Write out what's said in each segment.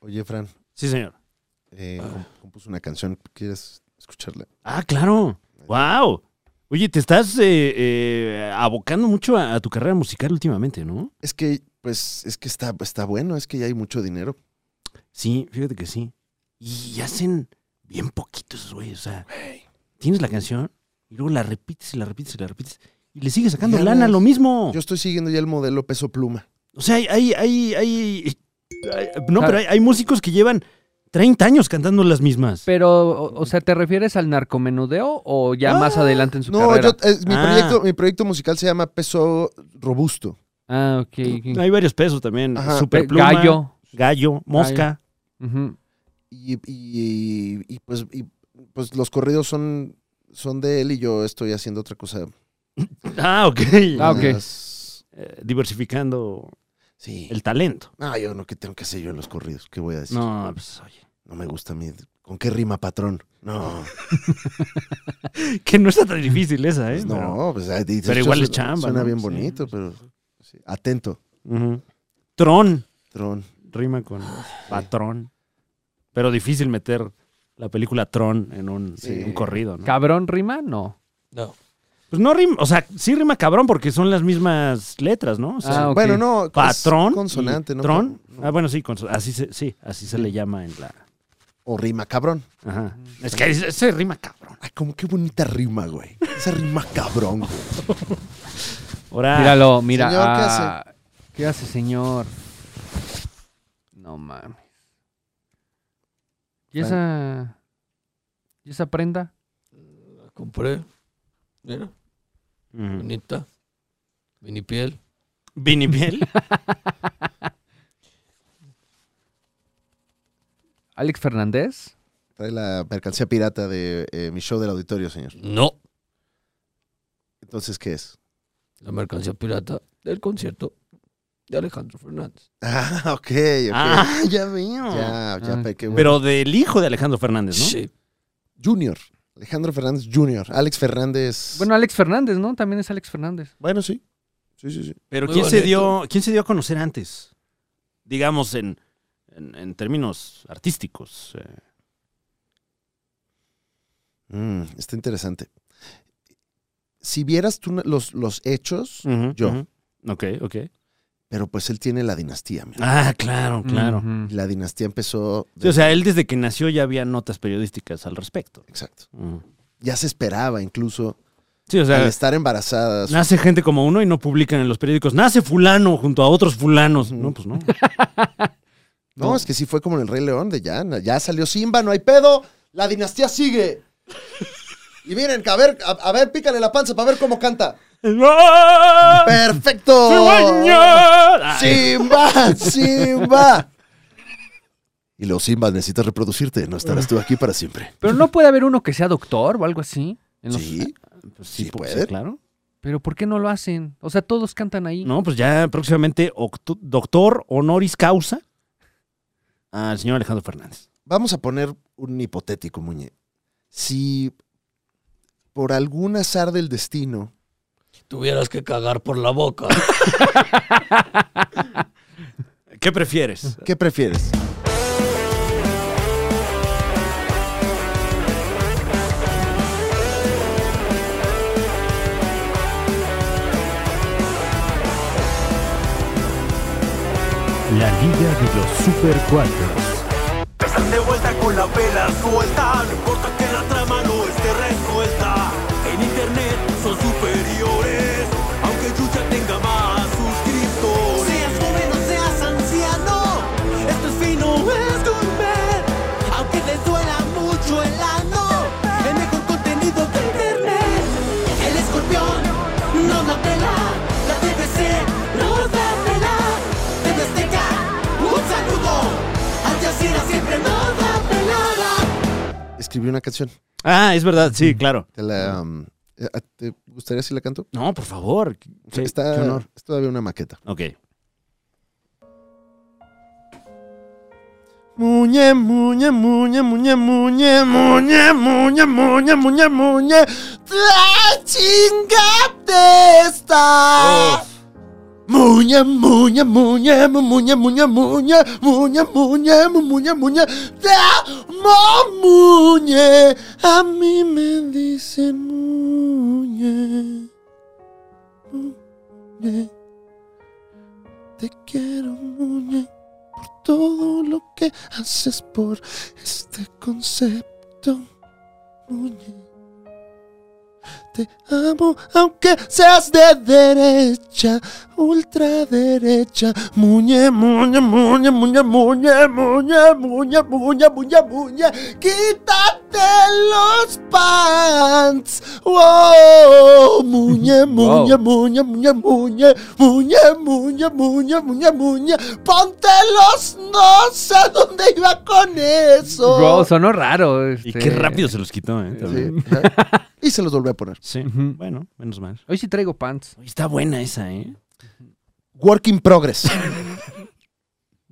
Oye, Fran, Sí, señor. eh, Ah. com- compuso una canción. ¿Quieres escucharla? Ah, claro. Wow. Oye, te estás eh, eh, abocando mucho a, a tu carrera musical últimamente, ¿no? Es que, pues, es que está, está bueno, es que ya hay mucho dinero. Sí, fíjate que sí. Y hacen bien poquitos, güey. O sea, tienes la canción y luego la repites y la repites y la repites. Y le sigues sacando Ganas. lana a lo Oh. mismo. Yo estoy siguiendo ya el modelo peso pluma. O sea, hay, hay, hay, hay- hay- no, pero hay, hay músicos que llevan 30 años cantando las mismas. Pero, o, o sea, ¿te refieres al narcomenudeo o ya más adelante en su Ah, No, carrera? yo, eh, mi, Ah. proyecto, mi proyecto musical se llama Peso Robusto. Ah, ok. Hay varios pesos también. Ajá. Superpluma, gallo, Gallo. gallo, mosca. Ujú. Y, y- y, pues, y, pues los corridos son, son de él y yo estoy haciendo otra cosa. Ah, ok. Ah, ok. Más- Eh, diversificando Sí. el talento. No, yo no, ¿qué tengo que hacer yo en los corridos? ¿Qué voy a decir? No, No, pues oye. me gusta a mí. ¿Con qué rima patrón? No, Que no está tan difícil esa, ¿eh? pues no, pues, ah, dices, Pero igual suena- es chamba, Suena ¿no? bien Sí, bonito, sí, pero sí. atento, Pero- Ujú. Tron Tron. rima con patrón. Pero difícil meter la película Tron en un, Sí. un corrido, ¿no? ¿Cabrón rima? No. No. Pues no rima, o sea, sí rima cabrón porque son las mismas letras, ¿no? O sea, Ah, ok. Bueno, no, es patrón. y consonante, ¿no? Tron. No. Ah, bueno, sí, conso- así se, sí, así se le llama en la. O rima cabrón. Ajá. Es que ese ese rima cabrón. Ay, como qué bonita rima, güey. Esa rima cabrón, güey. Ahora. Míralo, mira. Ah, Señor, ¿qué ah, ¿qué hace, señor? No mames. ¿Y esa. ¿Y esa prenda? La compré. Mira, Ujú. bonita. Vinipiel. Vinipiel. ¿Alex Fernández? Trae la mercancía pirata de eh, mi show del auditorio, señor. No. Entonces, ¿qué es? La mercancía pirata del concierto de Alejandro Fernández. Ah, ok, ok. Ah, ya veo. Ya, ya, Ah, pe- qué bueno. Pero del hijo de Alejandro Fernández, ¿no? Sí. Junior. Alejandro Fernández Junior. Alex Fernández. Bueno, Alex Fernández, ¿no? También es Alex Fernández. Bueno, sí. Sí, sí, sí. Pero Muy ¿quién se, bonito. dio, ¿quién se dio a conocer antes? Digamos, en, en- en términos artísticos. eh. Mm, está interesante. Si vieras tú los, los hechos, yo. Ujú. Ok, ok. pero pues él tiene la dinastía. mira. Ah, claro, claro. Ujú. La dinastía empezó. de- Sí, o sea, él desde que nació ya había notas periodísticas al respecto. Exacto. Ujú. Ya se esperaba incluso Sí, o sea, al estar embarazadas. nace gente como uno y no publican en los periódicos. Nace fulano junto a otros fulanos. No, pues no. No, es que sí fue como en el Rey León de ya, na- ya salió Simba, no hay pedo, la dinastía sigue. Y miren, a ver, a, a ver, pícale la panza para ver cómo canta. Pues ¡No! ¡Perfecto! ¡Cigüeña! ¡Simba! ¡Simba! Y los Simba, necesitas reproducirte, no estarás tú aquí para siempre. Pero no puede haber uno que sea doctor o algo así. en los- Sí, Ay, pues sí, Sí pues, puede. claro. Pero ¿por qué no lo hacen? O sea, todos cantan ahí. No, pues ya próximamente octu- doctor honoris causa al señor Alejandro Fernández. vamos a poner un hipotético, Muñe. Si por algún azar del destino, Tuvieras que cagar por la boca. ¿Qué prefieres? ¿qué prefieres? La Liga de los Super Cuatros. Están de vuelta con la vela suelta, no importa que la trama no esté resuelta. En internet son superiores, aunque Yuya tenga más suscriptores. Seas joven o seas anciano, esto es fino, es gourmet. Aunque les duela mucho el ano, el mejor contenido de internet. El escorpión no la pela, la TVC nos da pela. TV Azteca, un saludo. Al Jazeera siempre nos da pelada. Escribí una canción. Ah, es verdad, sí, claro. Te, la, um, eh, ¿te gustaría si la canto? No, por favor. Qué, Está, qué honor. es todavía una maqueta. Ok. Muñe, muñe, muñe, muñe, muñe, muñe, muñe, muñe, muñe, muñe. ¡La chinga te está! Muña, muña, muña, mu- muña, muña, muña, muña, muña, mu- muña, muña, te amo, muñe. A mí me dicen muñe. Muñe. Te quiero, muñe, por todo lo que haces por este concepto, muñe. Te amo aunque seas de derecha, ultraderecha. Muñe, muñe, muñe, muñe, muñe, muñe, muñe, muñe, muñe, muñe. Quítate los pants. Wow, muñe, muñe, muñe, muñe, muñe, muñe, muñe, muñe, muñe, muñe. Ponte los no sé a dónde iba con eso. Bro, sonó raro. Oh. Y este. qué rápido se los quitó, ¿eh? Sí, También. ajá. Y se los volví a poner. Sí. Ujú. Bueno, menos mal. Hoy sí traigo pants. Oye, está buena esa, ¿eh? Work in progress.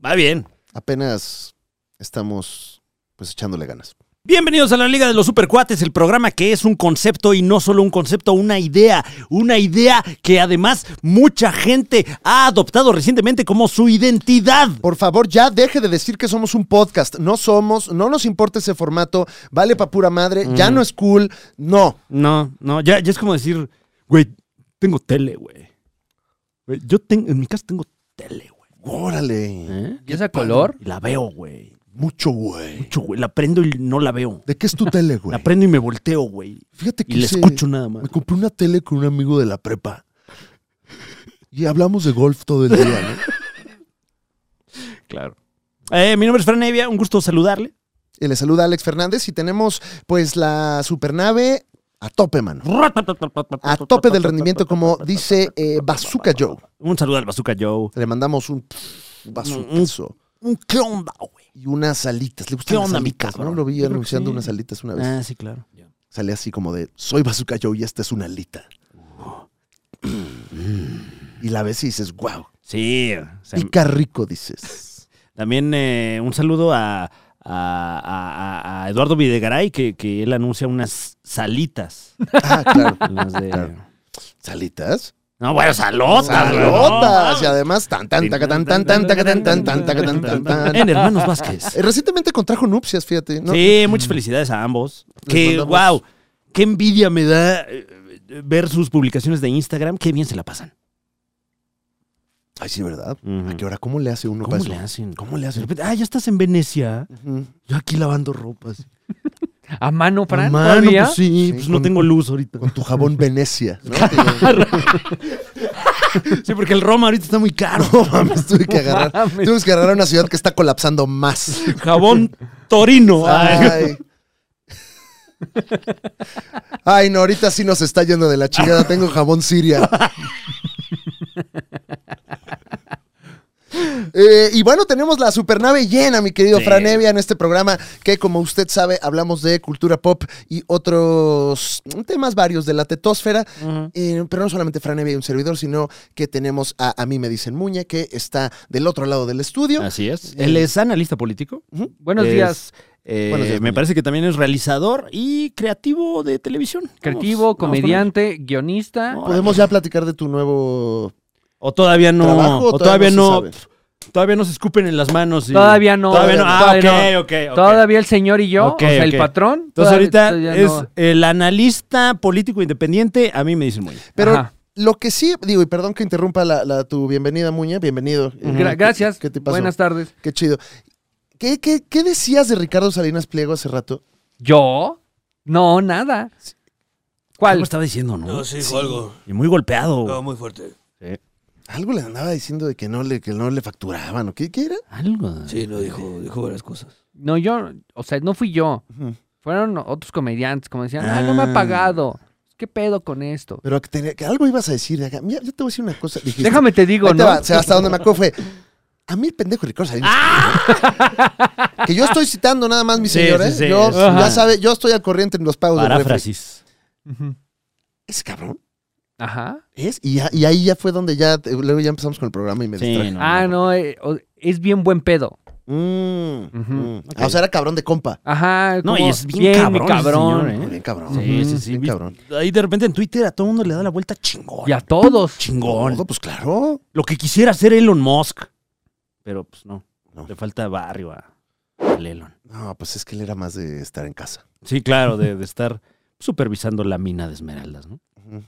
Va bien. apenas estamos pues echándole ganas. Bienvenidos a la Liga de los Supercuates, el programa que es un concepto y no solo un concepto, una idea, una idea que además mucha gente ha adoptado recientemente como su identidad. Por favor, ya deje de decir que somos un podcast. No somos, no nos importa ese formato, vale pa' pura madre, Mm. ya no es cool. No, No, no, ya, ya es como decir, güey, tengo tele, güey. Güey, Yo tengo, en mi casa tengo tele, güey. órale. ¿Eh? ¿Y esa color? Y la veo, güey. Mucho, güey. Mucho, güey. La prendo y no la veo. ¿De qué es tu tele, güey? La prendo y me volteo, güey. Fíjate que Y la hice- escucho nada más. Me compré una tele con un amigo de la prepa. Y hablamos de golf todo el día, ¿no? Claro. Eh, mi nombre es Fran Evia, un gusto saludarle. Y le saluda Alex Fernández y tenemos pues la supernave a tope, mano. A tope del rendimiento, como dice eh, Bazooka Joe. Un saludo al Bazooka Joe. Le mandamos un bazucazo Un clonda, güey. y unas alitas. Le ¿Qué gustan las onda, mi alitas, ¿no? cabrón? Lo vi Yo creo que anunciando sí. unas alitas una vez. Ah, sí, claro. Sale así como de, soy Bazooka Joe y esta es una alita. Mm. y la ves y dices, wow, Sí. o sea, pica rico, dices. también eh, un saludo a, a- a- a Eduardo Videgaray, que, que él anuncia unas salitas. ah, claro. Las de- Claro. ¿Salitas? No, bueno, salotas. ¡Salotas! Y ¿no? además, tan, tan, taca, tan, tan, tan, taca, tan, tan, tan, taca, tan, tan, tan. En Hermanos Vázquez. Eh, Recientemente contrajo nupcias, fíjate. ¿no? Sí, muchas felicidades a ambos. Les Que, mandamos- wow, qué envidia me da eh, eh, ver sus publicaciones de Instagram. Qué bien se la pasan. Ay, sí, ¿verdad? Ujú. ¿A qué hora? ¿Cómo le hace uno para ¿Cómo eso? le hacen? ¿Cómo le De hace? repente, ah, ya estás en Venecia. Ujú. Yo aquí lavando ropas. ¿A mano, Fran? Mano, ¿Todavía? pues sí, Sí, pues con- no tengo luz ahorita. Con tu jabón Venecia. ¿no? Sí, porque el Roma ahorita está muy caro. No mames, tuve que agarrar. Mames. Tuvimos que agarrar una ciudad que está colapsando más. Jabón Torino. Ay. Ay. Ay, no, ahorita sí nos está yendo de la chingada. Tengo jabón Siria. Eh, y bueno, tenemos la supernave llena, mi querido Fran Evia, en este programa que, como usted sabe, hablamos de cultura pop y otros temas varios de la tetósfera. Eh, pero no solamente Fran Evia y un servidor, sino que tenemos a A mí me dicen Muñe, que está del otro lado del estudio. Así es. Él es analista político. Buenos Es- días. Eh, Buenos días, me Muñe. parece que también es realizador y creativo de televisión. Vamos, Creativo, vamos con él. comediante, guionista. No, Podemos ya platicar de tu nuevo O todavía no. trabajo. o todavía no. se sabe? Todavía no se escupen en las manos. y- Todavía no. Todavía no. Ah, Todavía ok, ok, ok. Todavía el señor y yo, Ok, o sea, ok. el patrón. Entonces todavía- ahorita todavía es no. el analista político independiente. A mí me dicen muy. Pero Ajá. lo que sí, digo, y perdón que interrumpa la, la- tu bienvenida, Muñe, bienvenido. Eh, Gra- ¿qué- gracias. ¿Qué te pasó? Buenas tardes. Qué chido. ¿Qué, qué, qué decías de Ricardo Salinas Pliego hace rato? ¿Yo? No, nada. Algo ¿Cuál? estaba diciendo, ¿no? No, sí, dijo algo. Y muy golpeado. No, muy fuerte. Algo le andaba diciendo de que no le, que no le facturaban, ¿o qué, qué era? Algo. Sí, no, dijo, dijo varias cosas. No, yo, o sea, no fui yo. Ujú. Fueron otros comediantes, como decían, ah, no me ha Ah. pagado. ¿Qué pedo con esto? Pero que, tenía- que algo ibas a decir. acá. Mira, yo te voy a decir una cosa. dijiste. Déjame te digo, Ahí te ¿no? va, o sea, hasta donde me acuerdo fue. A mí el pendejo Ricardo Salinas. ¡Ah! Pliego. Que yo estoy citando nada más, mis Sí, señores. sí, sí, yo, es- ya ajá. sabe, yo estoy al corriente en los pagos de refri. Paráfrasis. Ujú. Ese cabrón Ajá. es. Y, ya- y ahí ya fue donde ya, luego ya empezamos con el programa y me Sí, distraje. no, ah, no, eh, o- es bien buen pedo. Mm, mm. Ah, O sea, era cabrón de compa. Ajá, No, como y es bien mi cabrón ese cabrón. señor, ¿eh? Bien cabrón. Sí, sí, sí. Bien cabrón. Ahí de repente en Twitter a todo mundo le da la vuelta chingón. Y a todos. Chingón. Todo, pues claro. Lo que quisiera hacer Elon Musk. Pero pues no. No. Le falta barrio a al Elon. No, pues es que él era más de estar en casa. Sí, claro, de, de estar supervisando la mina de esmeraldas, ¿no? Ujú.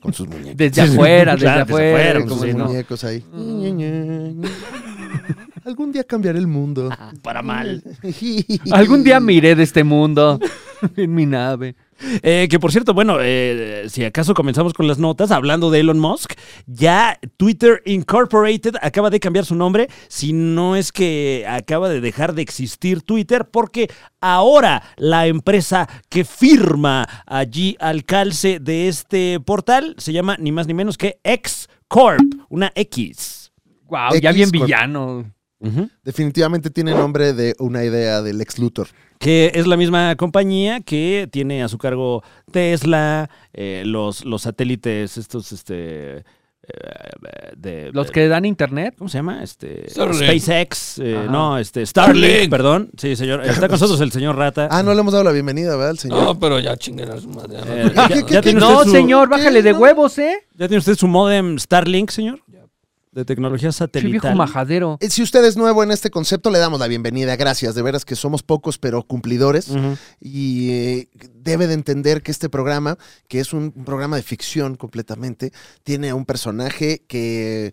Con sus muñecos. Desde Sí, afuera, desde claro, desde afuera. afuera, pues Con como sus sí, si no. Mm. muñecos ahí. Algún día cambiaré el mundo. Para mal. Ah, Algún día me iré de este mundo en mi nave. Eh, que por cierto, bueno, eh, si acaso comenzamos con las notas, hablando de Elon Musk, ya Twitter Incorporated acaba de cambiar su nombre, si no es que acaba de dejar de existir Twitter, porque ahora la empresa que firma allí al calce de este portal se llama ni más ni menos que X Corp, una X. Wow, ya bien X-Corp. villano. Definitivamente tiene nombre de una idea del ex Luthor. que es la misma compañía que tiene a su cargo Tesla, eh, los, los satélites, estos, este, eh, de, Los que dan internet. ¿cómo se llama? Este, Starlink. SpaceX, eh, Ajá. no, este, Starlink, Starlink. perdón. Sí, señor, está con nosotros el señor Rata. Ah, no le hemos dado la bienvenida, ¿verdad? Al señor. No, pero ya chinguen a su madre. ya no Eh, me- ¿Qué, qué, ya qué? tiene usted No, su- señor, bájale de ¿Qué? huevos, ¿eh? ¿Ya tiene usted su modem Starlink, señor? De tecnología Qué satelital. viejo majadero. Eh, Si usted es nuevo en este concepto, le damos la bienvenida. Gracias, de veras que somos pocos, pero cumplidores. Ujú. Y eh, debe de entender que este programa, que es un programa de ficción completamente, tiene a un personaje que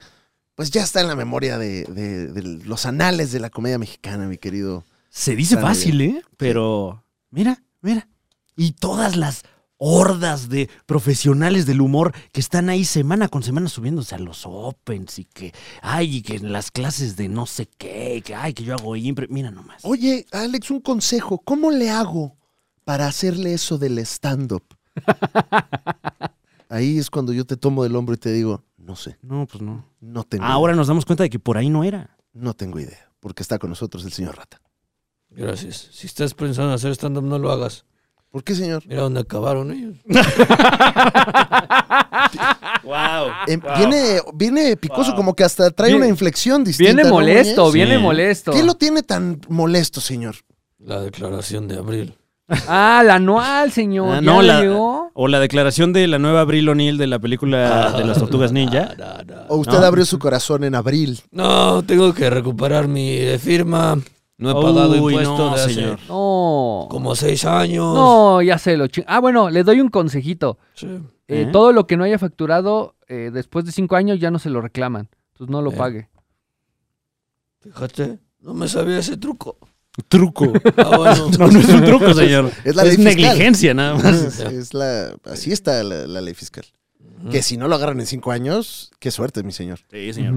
pues ya está en la memoria de, de- de los anales de la comedia mexicana, mi querido. Se dice Está muy fácil, ¿eh? Pero mira, mira. Y todas las hordas de profesionales del humor que están ahí semana con semana subiéndose a los opens y que, ay, y que en las clases de no sé qué, y que, ay, que yo hago impre. Mira nomás. Oye, Alex, un consejo. ¿Cómo le hago para hacerle eso del stand-up? Ahí es cuando yo te tomo del hombro y te digo, no sé, No, pues no. no tengo, Ahora nos damos cuenta de que por ahí no era. no tengo idea, porque está con nosotros el señor Rata. Gracias. Si estás pensando en hacer stand-up, no lo hagas. ¿Por qué, señor? Mira dónde acabaron ellos. Ah, ¡Wow! Eh, viene, viene picoso, como que hasta trae Viene- una inflexión distinta. Viene ¿no, molesto, Muñez? viene Sí. molesto. ¿Qué lo tiene tan molesto, señor? La declaración de abril. Ah, la anual, señor. Ah, no, no, la, o la declaración de la nueva Abril O'Neill de la película de las Ah, tortugas ninja. Da, da. ¿O usted No. abrió su corazón en abril? No, tengo que recuperar mi firma. No he pagado Uy, impuestos no, de hace señor. No. como seis años. No, ya sé lo ching... Ah, bueno, le doy un consejito. Sí. Eh, ¿Eh? Todo lo que no haya facturado eh, después de cinco años ya no se lo reclaman. Entonces no lo Eh. pague. Fíjate, no me sabía ese truco. Truco. Ah, bueno. No, no es un truco, señor. Es la ley fiscal. negligencia, nada más. Es, es la, así está la, la ley fiscal. Que si no lo agarran en cinco años, qué suerte, mi señor. Sí, señor.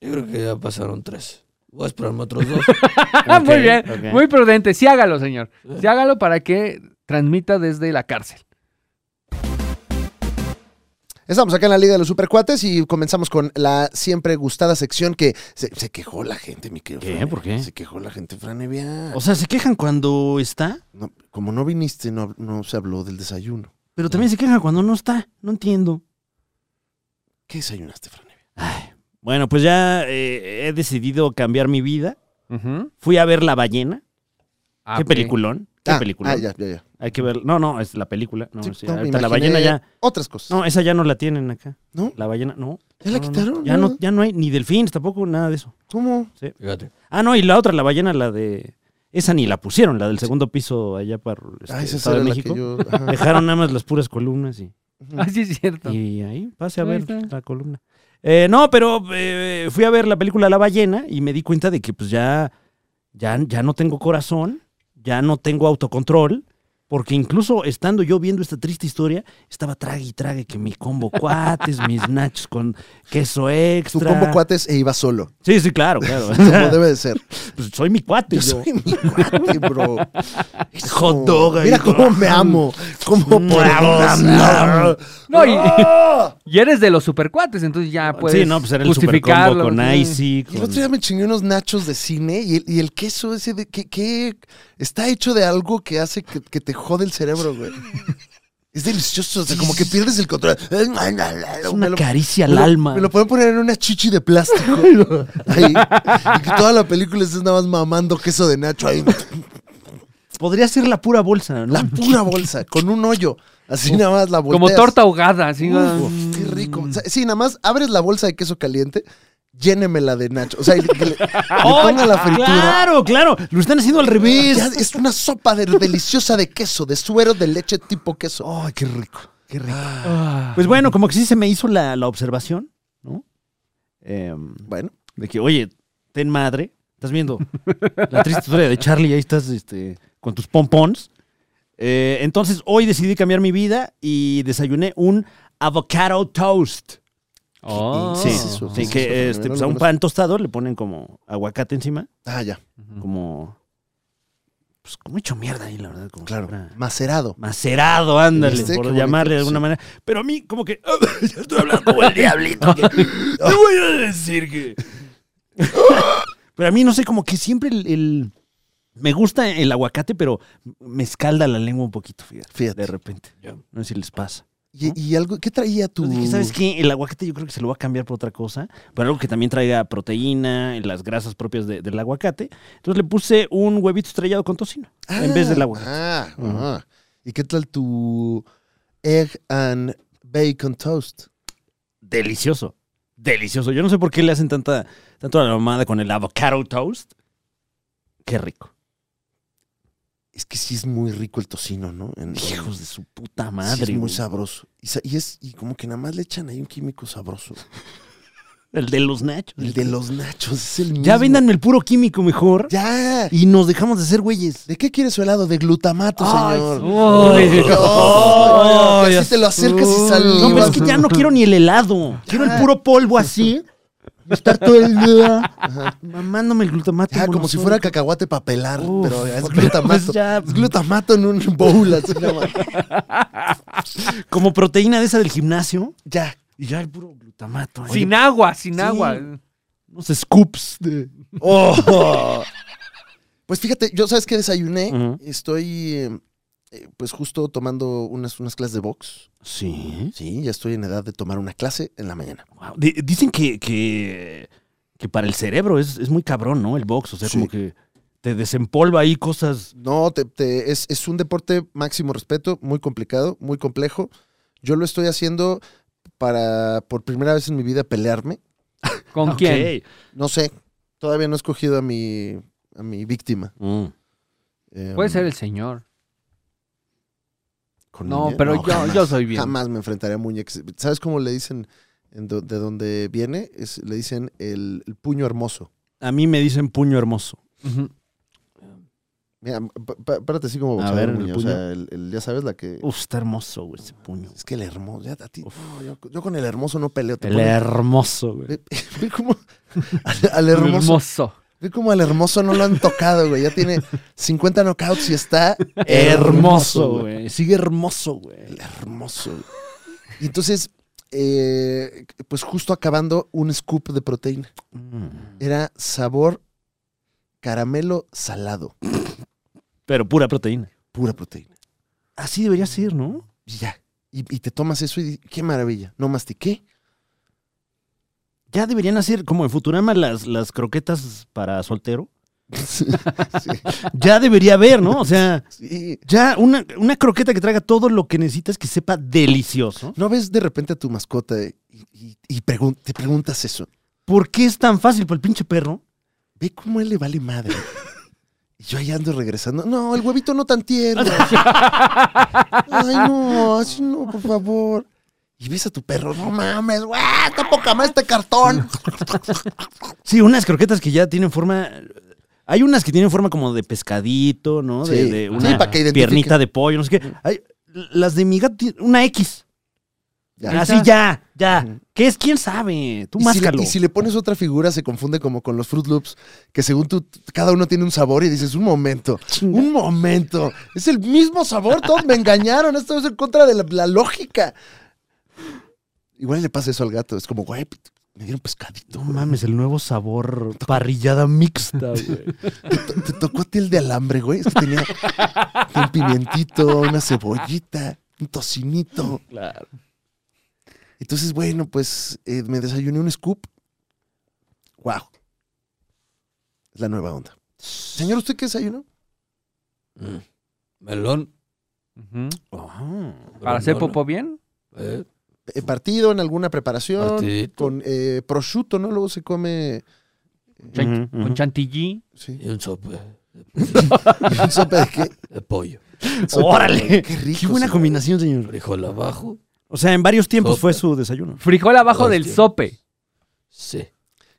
Yo creo que ya pasaron tres. Voy a esperarme otros dos. Ah, muy Ok, bien, ok. muy prudente. Sí hágalo, señor. Sí hágalo para que transmita desde la cárcel. Estamos acá en la Liga de los Supercuates y comenzamos con la siempre gustada sección que se, se quejó la gente, mi querido. ¿Qué? Franevia. ¿Por qué? Se quejó la gente, Franevia. O sea, se quejan cuando está, No, como no viniste, no, no se habló del desayuno. pero también se quejan cuando no está. No entiendo. ¿Qué desayunaste, Franevia? Bueno, pues ya eh, he decidido cambiar mi vida. Ujú. Fui a ver La Ballena. Ah, qué ok. peliculón. Qué ah, peliculón. ah, ya, ya, ya. Hay que ver. No, no, es la película. No, Sí, sí, no, me ahorita la imaginé ballena ya. Otras cosas. No, esa ya no la tienen acá. ¿No? La ballena, no. ¿Ya la No, no, no. quitaron? Ya no, ya no hay ni delfines tampoco, nada de eso. ¿Cómo? Fíjate. Ah, no, y la otra, la ballena, la de. Esa ni la pusieron, la del segundo piso allá para este, Ah, esa Estado de será la México. que yo. ajá. Dejaron nada más las puras columnas y. Ah, sí, es cierto. Y ahí pase a Ahí ver está. la columna. Eh, no, pero eh, fui a ver la película La ballena y me di cuenta de que pues ya, ya, ya no tengo corazón, ya no tengo autocontrol, porque incluso estando yo viendo esta triste historia, estaba trague y trague que mi combo cuates, mis nachos con queso Tu extra. combo cuates e iba solo. Sí, sí, claro, claro. Como debe de ser. Pues soy mi cuate. Yo yo. soy mi cuate, bro. Hot dog ahí. Mira cómo me amo. Cómo podemos. No, y, ¡Oh! y eres de los supercuates, entonces ya puedes Sí, no, pues era el justificarlo. supercombo con sí. Icy. Y el con- otro día me chingué unos nachos de cine y el, y el queso ese de que, que está hecho de algo que hace que, que te jode el cerebro, güey. Es delicioso, o sea, como que pierdes el control. Es una caricia al alma. Me lo pueden poner en una chichi de plástico. Ahí. Y que toda la película estés nada más mamando queso de nacho ahí. Podría ser la pura bolsa, ¿no? La pura bolsa, con un hoyo. Así nada más la bolsa. Como torta ahogada, así. ah. Uf, qué rico. O sea, sí, nada más abres la bolsa de queso caliente, llénemela de nacho. O sea, y que le, le ponga la fritura. Claro, claro. Lo están haciendo al revés. Ya es una sopa de- deliciosa de queso, de suero de leche tipo queso. Ah, Ay, qué rico, qué rico. Ah. Pues bueno, como que sí se me hizo la, la observación, ¿no? Em, Bueno, de que, oye, ten madre, estás viendo la triste historia de Charlie, ahí estás este, con tus pompons. Eh, entonces, hoy decidí cambiar mi vida y desayuné un avocado toast. Oh. sí, sí, sí, sí, sí, sí, que sí, este, no pues, lo a un conozco. pan tostado le ponen como aguacate encima, ah, ya, como... Pues como hecho mierda ahí, la verdad. Como claro. si fuera- Macerado. Macerado, ándale, Este, por qué llamarle de bonito, alguna sí. manera. Pero a mí, como que. ya estoy hablando como el diablito. que- Te voy a decir que. pero a mí, no sé, como que siempre el. el- me gusta el aguacate, pero me escalda la lengua un poquito, fíjate. Fíjate. De repente. No sé si les pasa. ¿Y, y algo, ¿Qué traía tu...? Entonces Pues dije, ¿sabes qué? El aguacate yo creo que se lo va a cambiar por otra cosa, por algo que también traiga proteína, las grasas propias de- del aguacate. Entonces le puse un huevito estrellado con tocino en vez del Ah, aguacate. Ah, ah. ¿Y qué tal tu egg and bacon toast? delicioso. Delicioso. Yo no sé por qué le hacen tanta, tanto a la mamada con el avocado toast. Qué rico. Es que sí es muy rico el tocino, ¿no? En- Hijos de su puta Sí, madre. es muy güey. sabroso. Y, sa- y es y como que nada más le echan ahí un químico sabroso. el de los nachos. El de los nachos es el mismo. Ya véndanme el puro químico mejor. Ya. Y nos dejamos de ser güeyes. ¿De qué quieres su helado? De glutamato, señor. Uy. Oh, Ay, así te lo acercas y sale. No, pero es que ya no quiero ni el helado. Quiero el puro polvo así. y Estar todo el día mamándome el glutamato. Ya, Ah, como si fuera monosódico. cacahuate para pelar, Uf, pero es pues glutamato. ya. Es glutamato en un bowl, así nada más. Como proteína de esa del gimnasio. Ya. Y ya el puro glutamato. ahí. Sin agua, sin Sí. agua. unos scoops de. Oh. Pues fíjate, yo sabes que desayuné. Ujú. Estoy, eh, eh, pues justo tomando unas, unas clases de box. Sí. Sí, ya estoy en edad de tomar una clase en la mañana. Wow. Di- Dicen que, que, que para el cerebro es, es muy cabrón, ¿no? El box, o sea, Sí. como que te desempolva ahí cosas. No, te- te- es, es un deporte máximo respeto, muy complicado, muy complejo. Yo lo estoy haciendo para, por primera vez en mi vida, pelearme. ¿Con Ok. quién? No sé, todavía no he escogido a mi, a mi víctima. Mm. Eh, Puede ser el señor. con No, muñe- pero yo, jamás. yo soy bien. Jamás me enfrentaré a muñecas. ¿Sabes cómo le dicen en do- de dónde viene? Es- le dicen el, el puño hermoso. A mí me dicen puño hermoso. Ujú. Mira, pa- pa- párate así como A boxeador, ver, el Muñe, o puño. Uh. sea, el- el- ya sabes la que... Uf, está hermoso, güey, ese puño. Es que el hermoso... ya, a ti- no, yo, yo con el hermoso no peleo. te El pones- hermoso, güey. Ve, ve cómo al, al hermoso, Hermoso. ve cómo al hermoso no lo han tocado, güey. Ya tiene 50 knockouts y está Hermoso, güey. Sigue hermoso, güey. El hermoso. güey. Y entonces, eh, pues justo acabando un scoop de proteína. Mm. Era sabor caramelo salado. Pero pura proteína. Pura proteína. Así debería ser, ¿no? Y ya. Y, y te tomas eso y di- qué maravilla. No mastiqué. Ya deberían hacer, como en Futurama, las, las croquetas para soltero. sí, Ya debería haber, ¿no? O sea, sí. ya una, una croqueta que traiga todo lo que necesitas que sepa delicioso. ¿No ves de repente a tu mascota eh, y, y- y pregun- te preguntas eso? ¿Por qué es tan fácil para el pinche perro? ve cómo él le vale madre. Y yo ahí ando regresando. No, el huevito no tan tierno. Ay, no, así no, por favor. Y ves a tu perro, no mames, güey, está poca más este cartón. Sí, unas croquetas que ya tienen forma. Hay unas que tienen forma como de pescadito, ¿no? De, Sí. de Sí, una para que identifique. piernita de pollo, no sé qué. Hay- las de mi gato tienen una X. Ya. Así Ah, ya, ya. Ujú. ¿Qué es? ¿Quién sabe? Tú Y si, le, máscalo. y si le pones otra figura, se confunde como con los Fruit Loops, que según tú, cada uno tiene un sabor y dices, un momento, un momento. Es el mismo sabor, todos me engañaron. Esto es en contra de la, la lógica. Igual le pasa eso al gato. Es como, güey, me dieron pescadito. No güey. mames, el nuevo sabor parrillada mixta, güey. ¿Te, te tocó a ti el de alambre, güey? Es que tenía un pimientito, una cebollita. un tocinito. Claro. Entonces, bueno, pues eh, me desayuné un scoop. ¡Wow! Es la nueva onda. Señor, ¿usted qué desayunó? Mm. Melón. Ujú. Ajá. ¿Para hacer Melón, popó bien? ¿eh? Eh, ¿Partido en alguna preparación? Partidito. Con eh, prosciutto, ¿no? Luego se come. Chan- Ujú, ujú. Con chantilly. Sí. Y un sope ¿Y ¿Sopa de qué? de pollo. Sopa- ¡Órale! ¡Qué rico! Qué buena señor. combinación, señor. Frijol abajo. O sea, en varios tiempos Sopa. fue su desayuno. Frijol abajo Dos del tiempos. sope. Sí.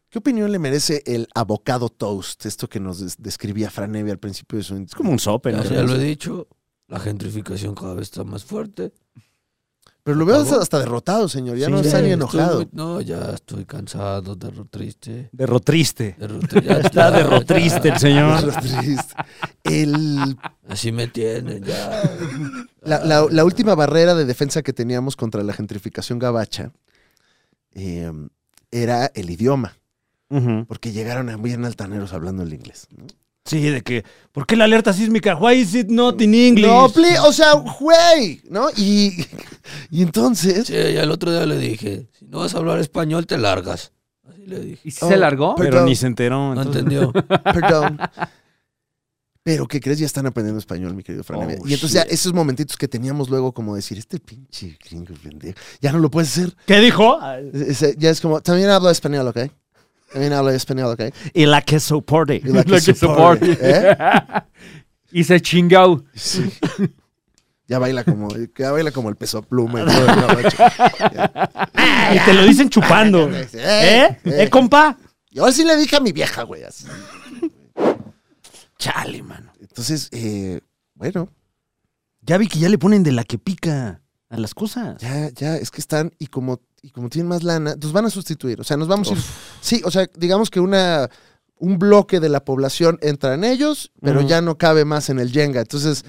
¿Qué opinión le merece el avocado toast? Esto que nos des- describía Fran Evia al principio de su. Es como un sope, ¿no? Ya, ya lo he dicho. La gentrificación cada vez está más fuerte. Pero lo veo hasta, hasta derrotado, señor. Ya Sí, no ya está ni Estoy enojado. muy- no, ya estoy cansado, derro triste. Derrotriste. derro tri- ya Está ya, derrotriste el señor. Lo triste. El Así me tienen, ya. La, la- la última barrera de defensa que teníamos contra la gentrificación gabacha eh, era el idioma, Ujú. porque llegaron a bien altaneros hablando el inglés. ¿no? Sí, de que, ¿por qué la alerta sísmica? Why is it not in English? No, pli- o sea, güey, ¿no? Y, y entonces, Sí, ya el otro día le dije, si no vas a hablar español, te largas. Así le dije. ¿Y si Oh, se largó? pero- Pero ni se enteró. No entonces- entendió. perdón. Pero ¿qué crees? Ya están aprendiendo español, mi querido Fran. Oh, Evia. y entonces ya esos momentitos que teníamos luego como decir, este pinche gringo pendejo, ya no lo puedes hacer. ¿Qué dijo? Es- es- Ya es como, también hablo español, ¿ok? También hablo español, ¿ok? Y la que soporte. Y la que Lo que soporte, ¿eh? Y se chingó. Sí. Ya baila como, ya baila como el peso pluma y todo el gabacho. Y te lo dicen chupando. Eh, ¿Eh? ¿Eh, eh. compa? Yo sí le dije a mi vieja, güey. así. Chale, mano. Entonces, eh, bueno, Ya vi que ya le ponen de la que pica a las cosas. ya, ya, es que están, y como, y como tienen más lana, nos van a sustituir. O sea, nos vamos a ir. Sí, o sea, digamos que una. Un bloque de la población entra en ellos, pero Ujú. ya no cabe más en el Jenga. Entonces,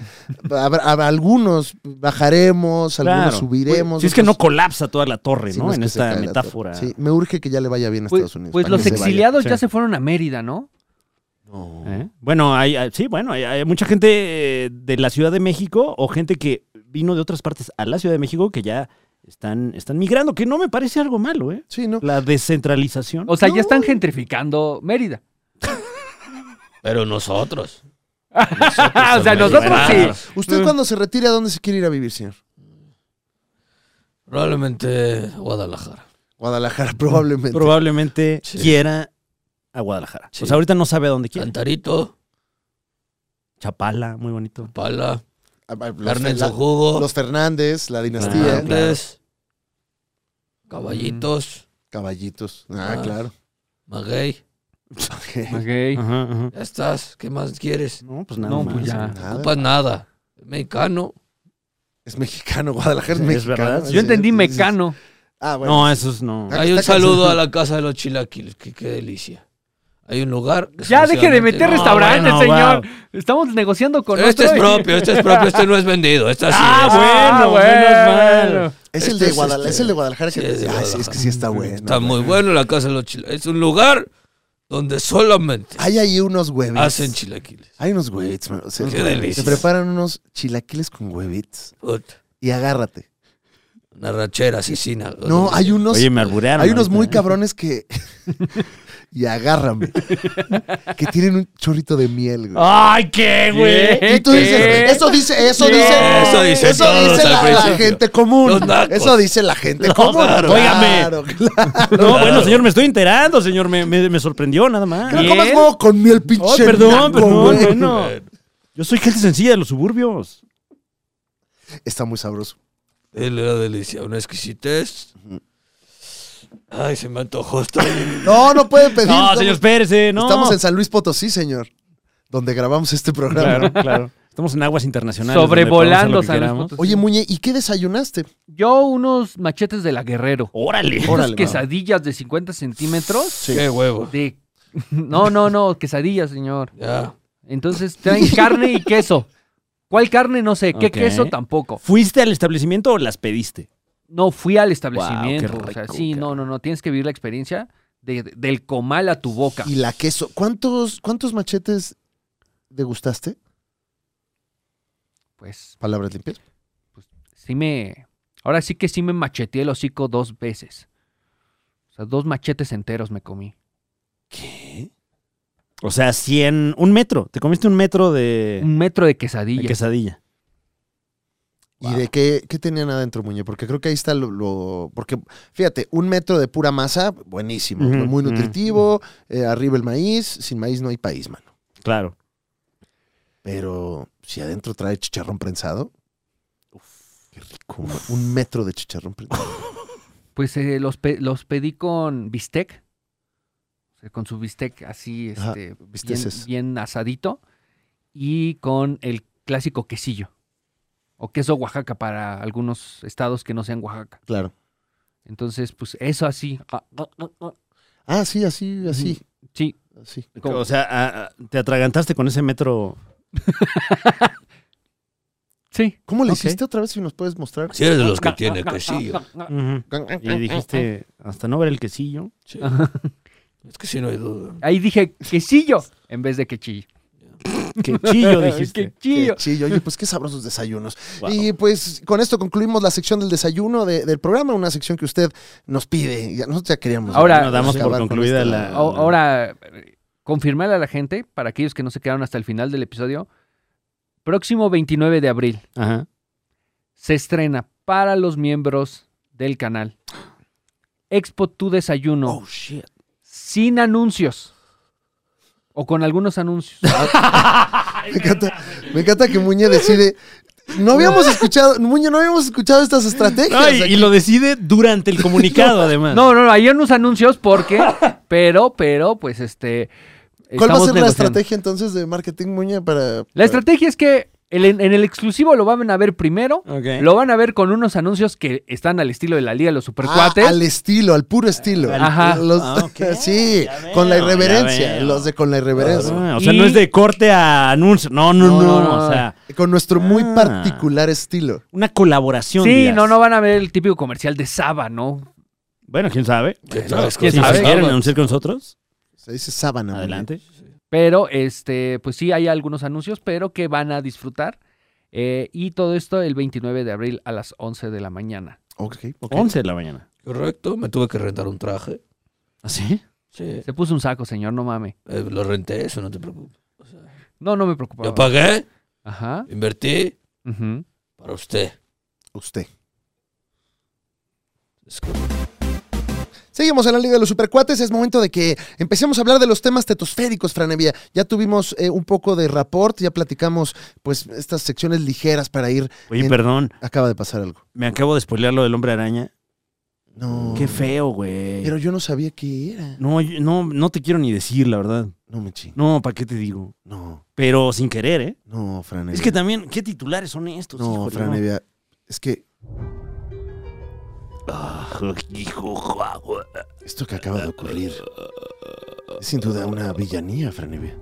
habrá- habrá- algunos bajaremos, algunos Claro. subiremos. Si es que no otros- colapsa toda la torre, sí, ¿no? no es en que se esta caiga todo. metáfora. Sí, me urge que ya le vaya bien a Pues- Estados Unidos. pues para los que se vaya. exiliados sí. ya se fueron a Mérida, ¿no? ¿Eh? Bueno, hay, hay- sí, bueno, hay, hay mucha gente eh, de la Ciudad de México o gente que vino de otras partes a la Ciudad de México que ya están, están migrando, que no me parece algo malo, ¿eh? Sí, ¿no? La descentralización. O sea, No. Pues, ya están gentrificando Mérida. Pero nosotros. Ah, o sea, en nosotros Mérida. sí. ¿Usted cuando se retire a dónde se quiere ir a vivir, señor? Probablemente Guadalajara. Guadalajara, probablemente. probablemente Sí. quiera a Guadalajara. Sí. O sea, ahorita no sabe a dónde quiere. Cantarito, Chapala, muy bonito. pala, Ah, ah, los, carne en Fer- su la- jugo, los ¿eh? Fernández, la dinastía, Ah, Claro. Fernández, caballitos, caballitos. Ah, Ah. claro. maguey. Ok. Ok. Ajá, ajá. Ya estás, ¿qué más quieres? No, pues nada No, Ah, más. pues ya. Nada. Ocupas nada. Mexicano. Es mexicano, Guadalajara es Es mexicano. verdad. Sí, Yo entendí sí, sí. mecano. Ah, bueno. No, esos no. Ah, Hay un está cansado. saludo a la casa de los chilaquiles, que qué delicia. Hay un lugar. que Ya deje de meter exclusivamente- Ah, restaurantes, bueno, señor. Estamos negociando con Este es otro y- propio, este es propio, este no es vendido. Este así Ah, es. bueno, menos mal. Es el Este de es Guadalajara. este- Es el de Guadalajara que Sí, te es de Ah, sí, es que sí está bueno. Está muy bueno la casa de los chilaquiles. Es un lugar donde solamente Hay ahí unos huevitos. hacen chilaquiles. Hay unos huevitos. man. O sea, Qué Se delicia. preparan unos chilaquiles con huevitos. Puta, Y agárrate. Una rachera asesina. No, hay unos. Oye, me alburearon. Hay unos ahorita, muy ¿eh? cabrones que. y agárrame. que tienen un chorrito de miel, Ah, güey. ¡Ay, qué, güey! ¿Qué? Y tú dices, eso dice, eso Sí. dice. Eso dice eso todos dice al la, la principio. gente común. Los nacos. Eso dice la gente Los común. nacos. Claro, claro. No, bueno, señor, me estoy enterando, señor. Me, me- me sorprendió nada más. Que no Bien. comas huevo con miel, pinche. Oh, perdón, naco, perdón, güey. Eh, bueno. Yo soy gente sencilla de los suburbios. Está muy sabroso. Él era delicia, una exquisitez. Ay, se me antojó. Está bien. No, no pueden pedir. No, estamos, señor, espérese, no. estamos en San Luis Potosí, señor. Donde grabamos este programa. Claro, claro. Estamos en aguas internacionales. donde Sobrevolando podemos hacer lo que San Luis queramos. Potosí. Oye, Muñe, ¿y qué desayunaste? Yo unos machetes de la Guerrero. Órale. Órale, Unas va. quesadillas de 50 centímetros. Qué huevo. De... No, no, no, quesadillas, señor. Ya. Entonces traen carne y queso. ¿Cuál carne? No sé. ¿Qué Ok. queso? Tampoco. ¿Fuiste al establecimiento o las pediste? No fui al establecimiento. Guau, qué o sea, rico, sí, no, cabrón. no, no. Tienes que vivir la experiencia de- de- del comal a tu boca. Y la queso. ¿Cuántos, cuántos machetes degustaste? Pues, Palabras limpias. sí me. Ahora sí que sí me macheteé el hocico dos veces. O sea, dos machetes enteros me comí. ¿Qué? O sea, 100, un metro. Te comiste un metro de, Un metro de de quesadilla. quesadilla. ¿Y de qué, qué tenían adentro, Muñe? Porque creo que ahí está lo, lo- Porque, fíjate, un metro de pura masa, buenísimo, Ujú, muy ujú, nutritivo, eh, arriba el maíz, sin maíz no hay país, mano. Claro. Pero si adentro trae chicharrón prensado, qué rico, un- un metro de chicharrón prensado. Pues eh, los, pe- los pedí con bistec. O sea, con su bistec así, Ajá, este, bien, bisteces. bien asadito. Y con el clásico quesillo. O queso Oaxaca para algunos estados que no sean Oaxaca. Claro. Entonces, pues eso así. ah, ah, ah, ah. Ah, sí, así, así, Sí, así. ¿Cómo? O sea, a- a- te atragantaste con ese metro. sí. ¿Cómo le Ok. hiciste otra vez si nos puedes mostrar? Si eres de los que tiene quesillo. Ujú. Y dijiste, hasta no ver el quesillo. Sí. Es que sí, no hay duda. Ahí dije quesillo en vez de quesillo. Quechillo, Qué dijiste. Quesillo. chillo. Oye, pues qué sabrosos desayunos. Wow. Y pues con esto concluimos la sección del desayuno de- del programa, una sección que usted nos pide. Ya, nosotros ya queríamos. Ahora- acabar Damos por con esta- concluida Ah, la- A- Ahora, confirmarle a la gente, para aquellos que no se quedaron hasta el final del episodio, próximo 29 de abril Ajá. se estrena para los miembros del canal Expo Tu Desayuno Oh, shit. sin anuncios o con algunos anuncios. Me encanta, me encanta que Muñe decide. No habíamos escuchado, Muñe, no habíamos escuchado estas estrategias. No, y, y lo decide durante el comunicado, además. No, no, no, hay unos anuncios porque, pero, pero, pues este. ¿Cuál va a estamos ser la negociando. estrategia entonces de marketing Muñe para. La estrategia es que el- en en el exclusivo lo van a ver primero. Ah. Ok. Lo van a ver con unos anuncios que están al estilo de la Liga de los Ah, Supercuates. al estilo, al puro estilo. Ajá. Los- Ah, ok. sí, Ya veo, con la ya irreverencia. veo. Los de con la irreverencia. Ah, o sea, no es de corte a anuncio. No, no, no. No, no, no. O sea, Con nuestro muy Ah. particular estilo. una colaboración. Sí, dirás. no, no van a ver el típico comercial de Saba, ¿no? Bueno, quién sabe. ¿Quién sabe? Si ¿Quién se sabe? quieren anunciar con nosotros, Se dice sábana. Muñe. adelante. Pero, este, pues sí, hay algunos anuncios, pero que van a disfrutar. Eh, y todo esto el 29 de abril a las 11 de la mañana. Ok, ok. 11 de la mañana. Correcto, me tuve que rentar un traje. ¿Ah, sí? Sí. Se puso un saco, señor, no mame. Eh, lo renté, eso no te preocupes. O sea, No, no me yo preocupaba. pagué, Ajá. invertí ujú. para usted. Usted. Es como- Seguimos en la Liga de los Supercuates. Es momento de que empecemos a hablar de los temas tetosféricos, Franevia. Ya tuvimos eh, un poco de rapport, ya platicamos pues estas secciones ligeras para ir. Oye, en- perdón. Acaba de pasar algo. Me acabo de spoilear lo del hombre araña. No. Qué feo, güey. Pero yo no sabía qué era. No, yo- no, no te quiero ni decir, la verdad. No me chingo. No, ¿para qué te digo? No, Pero sin querer, ¿eh? no, Franevia. Es que también, ¿qué titulares son estos? No, híjole, Franevia. Es que Ajá, hijo, guau. esto que acaba de ocurrir es sin duda una villanía, Franevia.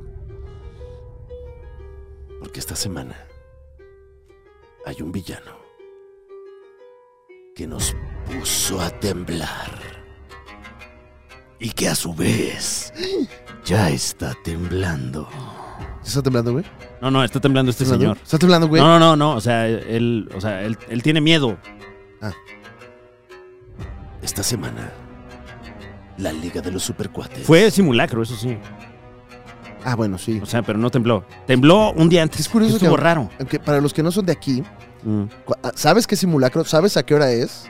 Porque esta semana hay un villano que nos puso a temblar. Y que a su vez ya está temblando. ¿Está temblando, güey? No, no, está temblando este señor. ¿Está temblando, güey? No, no, no, no. O sea, él, o sea, él, él tiene miedo. Esta semana, la Liga de los Supercuates. Fue simulacro, eso sí. Ah, bueno, sí. O sea, pero no tembló. Tembló un día antes. Es curioso Estuvo que- raro. Aunque para los que no son de aquí, Mm. cu- ah, ¿sabes qué simulacro? ¿Sabes a qué hora es?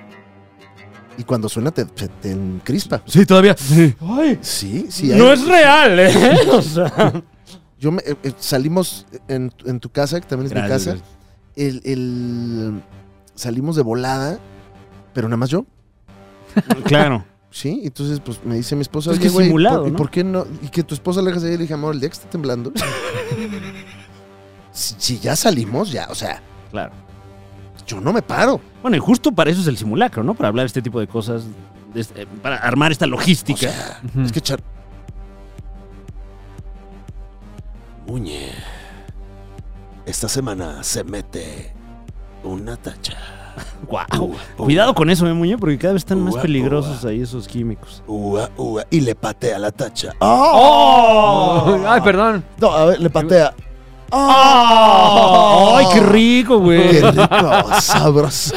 Y cuando suena te, te, te encrispa. Sí, todavía. Ay, Sí, sí. hay- no es real, ¿eh? O sea. Yo me- eh, eh, salimos en, en tu casa, que también es Gracias, mi casa. El, el- salimos de volada, pero nada más yo. gracias. Claro. Sí, entonces pues me dice mi esposa, Es oye, que es güey, ¿y por- simulado, ¿y ¿no? por qué no? Y que tu esposa le dejas ahí y le dije, amor, el día que esté temblando. si, si ya salimos, ya, o sea, Claro. yo no me paro. Bueno, y justo para eso es el simulacro, ¿no? Para hablar este tipo de cosas. de este- eh, para armar esta logística. Es que char... Muñe, esta semana se mete una tacha. Guau. Cuidado con eso, ¿eh, Muñe? Porque cada vez están más Ua, peligrosos ahí esos químicos. Ua, ua, Ah, y le patea la tacha. ¡Oh! Ay, perdón. No, a ver, le patea. ¡Oh! ¡Ay, qué rico, güey! ¡Qué rico! ¡Sabroso!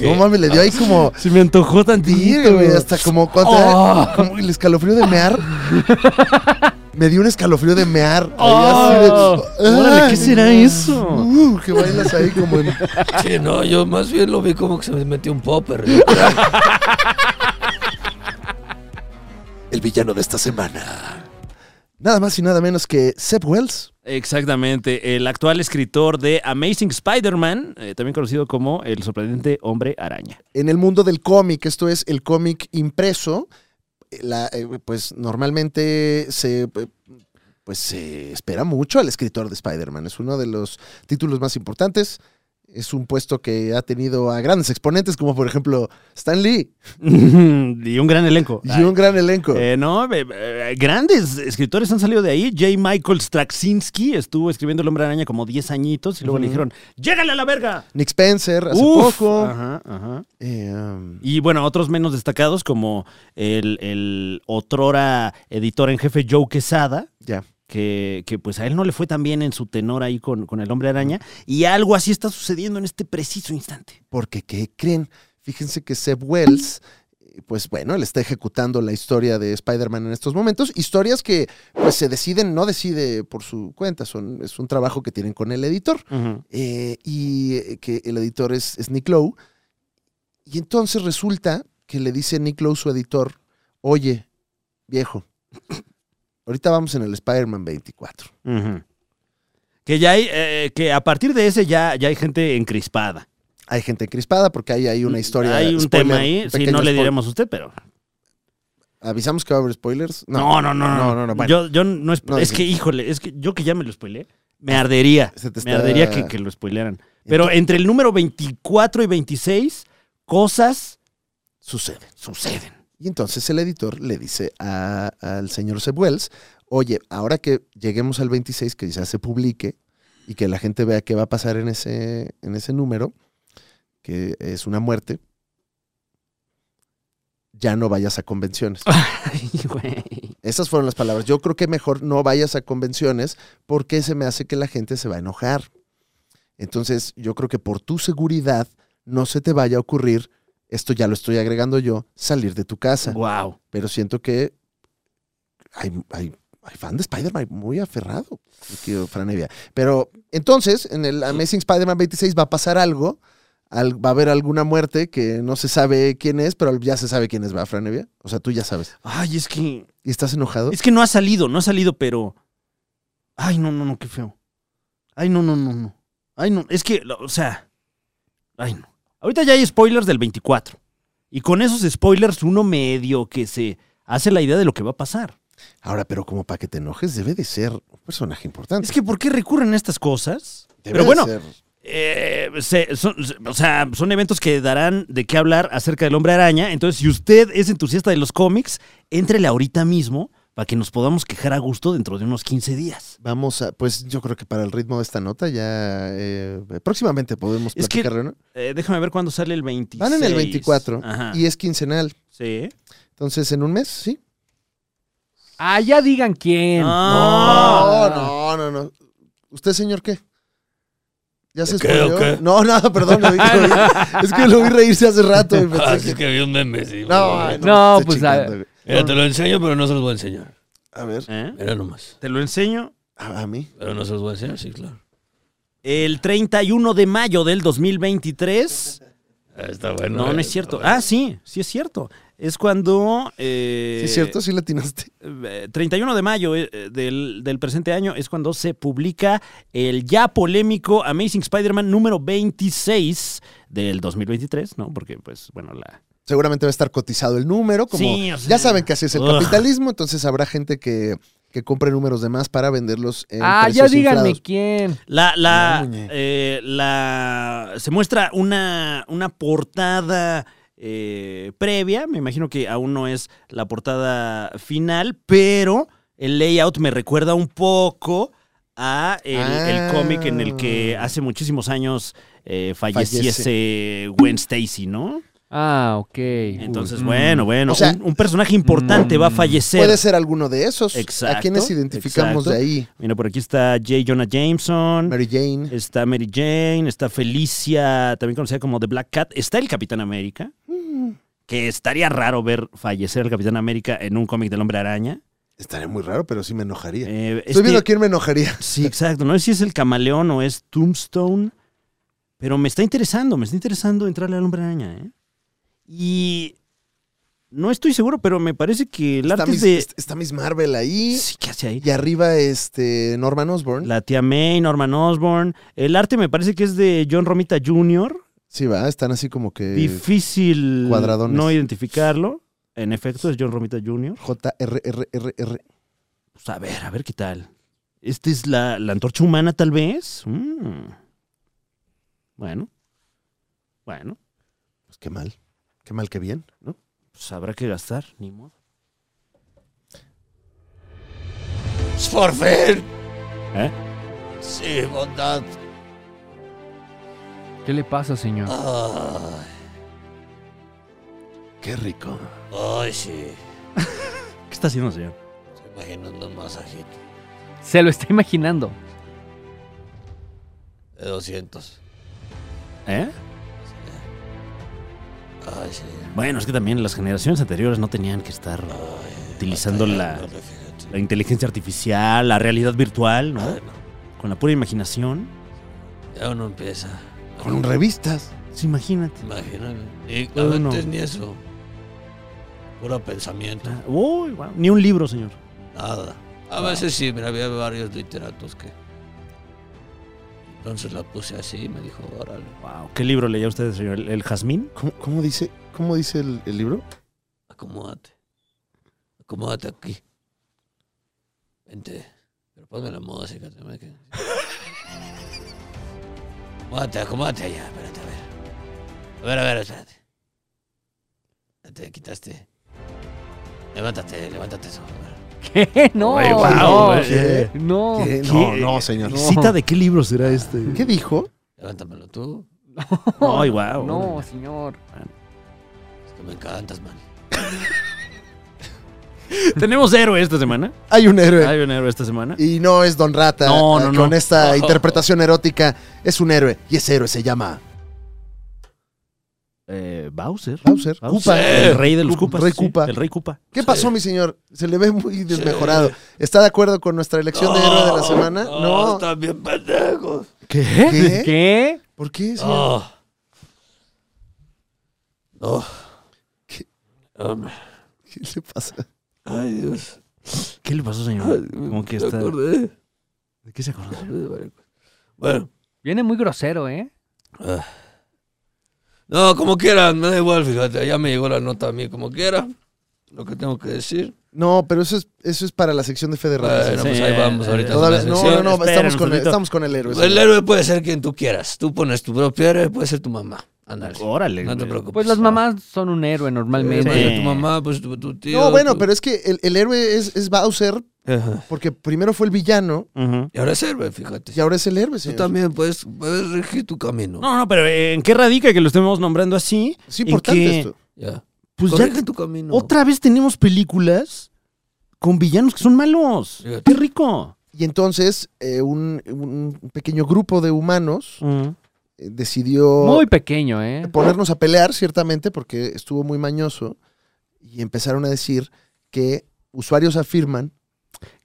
No mames, le dio ahí como... Se me antojó Sí, tantito, güey, güey. hasta como, cuando- Oh. como el escalofrío de mear. Me dio un escalofrío de mear. Ahí Oh. así de- Órale, ¡Ay! ¿qué será eso? Uh, que bailas ahí como en... Sí, no, yo más bien lo vi como que se me metió un popper. El villano de esta semana. Nada más y nada menos que Seb Wells. Exactamente. El actual escritor de Amazing Spider-Man, eh, también conocido como el sorprendente hombre araña. en el mundo del cómic, esto es el cómic impreso, la, eh, pues normalmente se eh, pues se espera mucho al escritor de Spider-Man. Es uno de los títulos más importantes. Es un puesto que ha tenido a grandes exponentes, como por ejemplo Stan Lee y un gran elenco. y un gran elenco. Eh, no, eh, eh, grandes escritores han salido de ahí. J. Michael Straczynski estuvo escribiendo El Hombre Araña como 10 añitos y luego le dijeron, ¡llégale a la verga! Nick Spencer hace Uf, poco. Ajá, ajá. Eh, um, Y bueno, otros menos destacados como el, el otrora editor en jefe Joe Quesada, ya. que, que, pues a él no le fue tan bien en su tenor ahí con, con el hombre araña, y algo así está sucediendo en este preciso instante. Porque, ¿qué creen? Fíjense que Seb Wells, eh, pues bueno, él está ejecutando la historia de Spider-Man en estos momentos. Historias que, pues, se deciden, no decide por su cuenta. Son, es un trabajo que tienen con el editor. Eh, y eh, que el editor es, es Nick Lowe. Y entonces resulta que le dice Nick Lowe, su editor, oye, viejo, ahorita vamos en el Spider-Man 24. Ujú. Que ya hay, eh, que a partir de ese ya, ya hay gente encrispada. Hay gente crispada porque hay ahí una historia. Mm, Hay un spoiler, tema ahí, sí, pequeño no le spoiler. diremos a usted, pero... ¿Avisamos que va a haber spoilers? No, no, no, no. no, no, no, bueno. Yo, yo no es, No, es sí. que, híjole, es que yo que ya me lo spoileé, me ardería. Se te Me está- ardería que, que lo spoilearan. Pero entre el número 24 y 26, cosas Sucede. suceden. Y entonces el editor le dice a- al señor Seb Wells, oye, ahora que lleguemos al 26, que ya se publique y que la gente vea qué va a pasar en ese, en ese número, que es una muerte, ya no vayas a convenciones. Ay, güey. Esas fueron las palabras. Yo creo que mejor no vayas a convenciones porque se me hace que la gente se va a enojar. Entonces, yo creo que por tu seguridad no se te vaya a ocurrir, esto ya lo estoy agregando yo, salir de tu casa. Wow. Pero siento que hay, hay, hay fan de Spider-Man muy aferrado, mi querido Fran Evia. Pero entonces, en el Amazing Spider-Man 26 va a pasar algo. al- va a haber alguna muerte que no se sabe quién es, pero ya se sabe quién es, ¿va, Fran Evia? O sea, tú ya sabes. Ay, es que. ¿Y estás enojado? Es que no ha salido, no ha salido, pero. Ay, no, no, no, qué feo. Ay, no, no, no, no. Ay, no. Es que, lo- o sea. Ay, no. Ahorita ya hay spoilers del 24. Y con esos spoilers, uno medio que se hace la idea de lo que va a pasar. Ahora, pero como para que te enojes, debe de ser un personaje importante. Es que, ¿por qué recurren a estas cosas? Debe Pero de bueno, ser. eh, se- son, se- o sea, son eventos que darán de qué hablar acerca del hombre araña. Entonces, si usted es entusiasta de los cómics, éntrele ahorita mismo para que nos podamos quejar a gusto dentro de unos 15 días. Vamos a, pues yo creo que para el ritmo de esta nota ya eh, próximamente podemos Es que- platicarlo, ¿no? Eh, déjame ver cuándo sale el 26. Van en el 24 Ajá. y es quincenal. Sí. Entonces, en un mes, sí. Ah, ya digan quién. Ah. No, no, no, no. ¿Usted, señor, qué? ¿Ya se ¿De qué o spoileó? qué? No, no, perdón. lo vi- Ah, lo vi- es que lo vi reírse hace rato. y pensé Ah, que- es que vi un meme, sí. No, güey. ay, No, estoy pues, chingando, a- güey. Mira, te lo enseño, pero no se los voy a enseñar. A ver, ¿Eh? Mira nomás. Te lo enseño. a, a mí. Pero no se los voy a enseñar, sí, claro. El 31 de mayo del 2023. Ah, Está bueno. No, eh, no es está cierto. bueno. Ah, sí, sí es cierto. Es cuando... eh, ¿Sí es cierto? ¿Sí latinaste? eh, 31 de mayo eh, eh, del, del presente año es cuando se publica el ya polémico Amazing Spider-Man número 26 del 2023, ¿no? Porque, pues, bueno, la... seguramente va a estar cotizado el número. Como Sí, o sea. ya saben que así es el Ugh. capitalismo, entonces habrá gente que, que compre números de más para venderlos en Ah, ya precios díganme inflados. quién. La, la, No, muñe. eh, la- se muestra una, una portada eh, previa, me imagino que aún no es la portada final, pero el layout me recuerda un poco a el, Ah. el cómic en el que hace muchísimos años eh, falleciese Gwen Stacy, ¿no? Ah, ok. Entonces, Uy. bueno, bueno, O sea, mm, un, un personaje importante va a fallecer. Puede ser alguno de esos. Exacto, ¿A quiénes identificamos exacto. de ahí? Mira, por aquí está J. Jonah Jameson. Mary Jane. Está Mary Jane, está Felicia, también conocida como The Black Cat. Está el Capitán América. Que estaría raro ver fallecer al Capitán América en un cómic del Hombre Araña. Estaría muy raro, pero sí me enojaría. Eh, Estoy viendo este- quién me enojaría. Sí, exacto. No sé si es el camaleón o es Tombstone, pero me está interesando, me está interesando entrarle al hombre araña, ¿eh? Y no estoy seguro, pero me parece que el Está arte Miss, es de. está Miss Marvel ahí. Sí, ¿qué hace ahí? Y arriba, este, Norman Osborn. La tía May, Norman Osborn. El arte me parece que es de John Romita Jr. Sí, va, están así como que. Difícil Eh, cuadradones. no identificarlo. En efecto, es John Romita Jr. JRRRR. Pues a ver, a ver qué tal. ¿Esta es la, la antorcha humana, tal vez? Mm. Bueno. Bueno. Pues qué mal. Qué mal, qué bien, ¿no? Pues habrá que gastar, ni modo. Por fin. ¿Eh? Sí, bondad. ¿Qué le pasa, señor? Ah. Ay, Qué rico. ay, sí. ¿Qué está haciendo, señor? Estoy imaginando un masajito. Se lo está imaginando. De 200. ¿Eh? Ay, sí. Bueno, es que también las generaciones anteriores no tenían que estar utilizando la, Ándale, fíjate. la inteligencia artificial, la realidad virtual, ¿no? Ay, no. Con la pura imaginación. Ya uno empieza. Con un revistas. Sí, Pues, imagínate. Imagínate. Y Uno. antes ni eso. Puro pensamiento. Ah, Uy, guau, ni un libro, señor. Nada. A veces sí, mira, había varios literatos que. Entonces la puse así y me dijo, órale. Wow, ¿qué libro leía usted, señor? ¿El, el jazmín? ¿Cómo, cómo dice, cómo dice el, el libro? Acomódate. Acomódate aquí. Vente. Pero ponme la música. te me que- Acomódate, acomódate allá. Espérate, a ver. A ver, a ver, espérate. Ya Te quitaste. Levántate, levántate eso. a ver. ¿Qué? No. Oye, guau, Oh, no. oye. ¿Qué? No. ¿Qué? No, no, señor. No. ¿Cita de qué libro será este? ¿Qué dijo? Levántamelo tú. Ay, wow. No, señor. Es que me encantas, man. ¿Tenemos héroe esta semana? Hay un héroe. ¿Hay un héroe esta semana? Y no es Don Rata. No, eh, no, no. Con esta interpretación erótica es un héroe. Y ese héroe se llama Eh, Bowser. Bowser. Koopa. El rey de los Koopa, Cupas. Rey Koopa. El rey Cupa. ¿Qué pasó, mi señor? Se le ve muy desmejorado. ¿Está de acuerdo con nuestra elección de héroe de la semana? No. Oh, están bien pendejos. ¿Qué? Ah. ¿Qué? ¿Por qué, señor? No. No. ¿Qué? Hombre. ¿Qué le pasa? Ay, Dios. ¿Qué le pasó, señor? Como que Me está... acordé ¿De qué se acordó? de varias cosas. Bueno. Viene muy grosero, ¿eh? ah. No, como quieran, me da igual, fíjate, ya me llegó la nota a mí, como quiera, lo que tengo que decir. No, pero eso es, eso es para la sección de Fede Rata. Bueno, pues ahí vamos eh, ahorita. Todavía- es una no, sección. no, no, Esperen estamos un con, el, ratito. estamos con el héroe. El señor. héroe puede ser quien tú quieras, tú pones tu propio héroe, puede ser tu mamá, ándale, Órale. no te güey. preocupes. Pues las mamás son un héroe Puede normalmente. ser Sí. tu mamá, pues tu, tu tío. No, bueno, tu- pero es que el, el héroe es, es Bowser Ajá. porque primero fue el villano Ujú. Y ahora es héroe, fíjate. y ahora es el héroe, Tú señor. también puedes, puedes regir tu camino. No, no, pero eh, ¿en qué radica que lo estemos nombrando así? Es En importante que, esto. Ya. Pues ya Corrige tu camino. otra vez tenemos películas con villanos que son malos. Fíjate. ¡Qué rico! Y entonces eh, un, un pequeño grupo de humanos eh, decidió Muy pequeño, ¿eh? ponernos a pelear, ciertamente, porque estuvo muy mañoso, y empezaron a decir que usuarios afirman,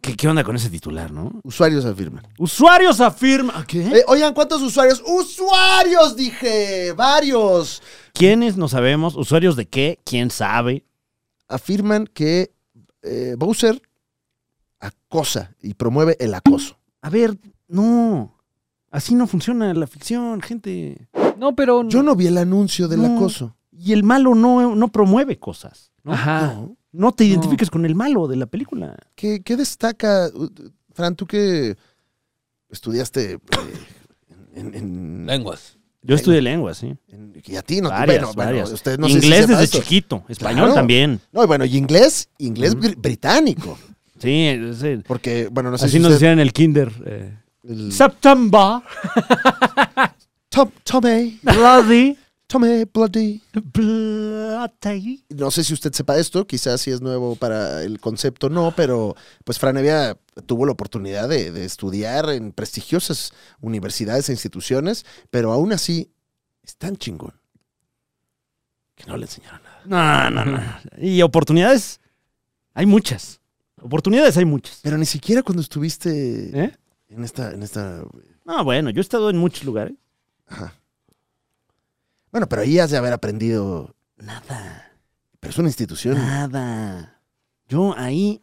¿Qué, qué onda con ese titular, no? usuarios afirman. Usuarios Ah, afirma... ¿Qué? Eh, oigan, ¿cuántos usuarios? ¡Usuarios! Dije, varios. ¿Quiénes no sabemos? ¿Usuarios de qué? ¿Quién sabe? Afirman que eh, Bowser acosa y promueve el acoso. A ver, no. Así no funciona la ficción, gente. No, pero. Yo no vi el anuncio del No. acoso. Y el malo no, no promueve cosas. ¿no? Ajá. No. No te identifiques con el malo de la película. ¿Qué, qué destaca, uh, Fran, tú que estudiaste eh, en- en- en- Lenguas. Yo estudié lenguas, sí. en- y a ti no varias, bueno, bueno, varias. usted no sé si Inglés sepa desde esto. chiquito, Mm. español Claro. también. No, y bueno, y inglés, inglés br- británico. Sí, es el- Porque, bueno, no sé así si nos usted- decían en el kinder. eh, el- September, Tom- Tommy, bloody Tome Bloody. Bloody. No sé si usted sepa esto, quizás si es nuevo para el concepto, no, pero pues Fran Evia tuvo la oportunidad de, de estudiar en prestigiosas universidades e instituciones, pero aún así es tan chingón que no le enseñaron nada. No, no, no. Y oportunidades, hay muchas. Oportunidades hay muchas. Pero ni siquiera cuando estuviste ¿Eh? en esta, en esta. No, bueno, yo he estado en muchos lugares. Ajá. Bueno, pero ahí has de haber aprendido. Nada. Pero es una institución. Nada. Yo ahí.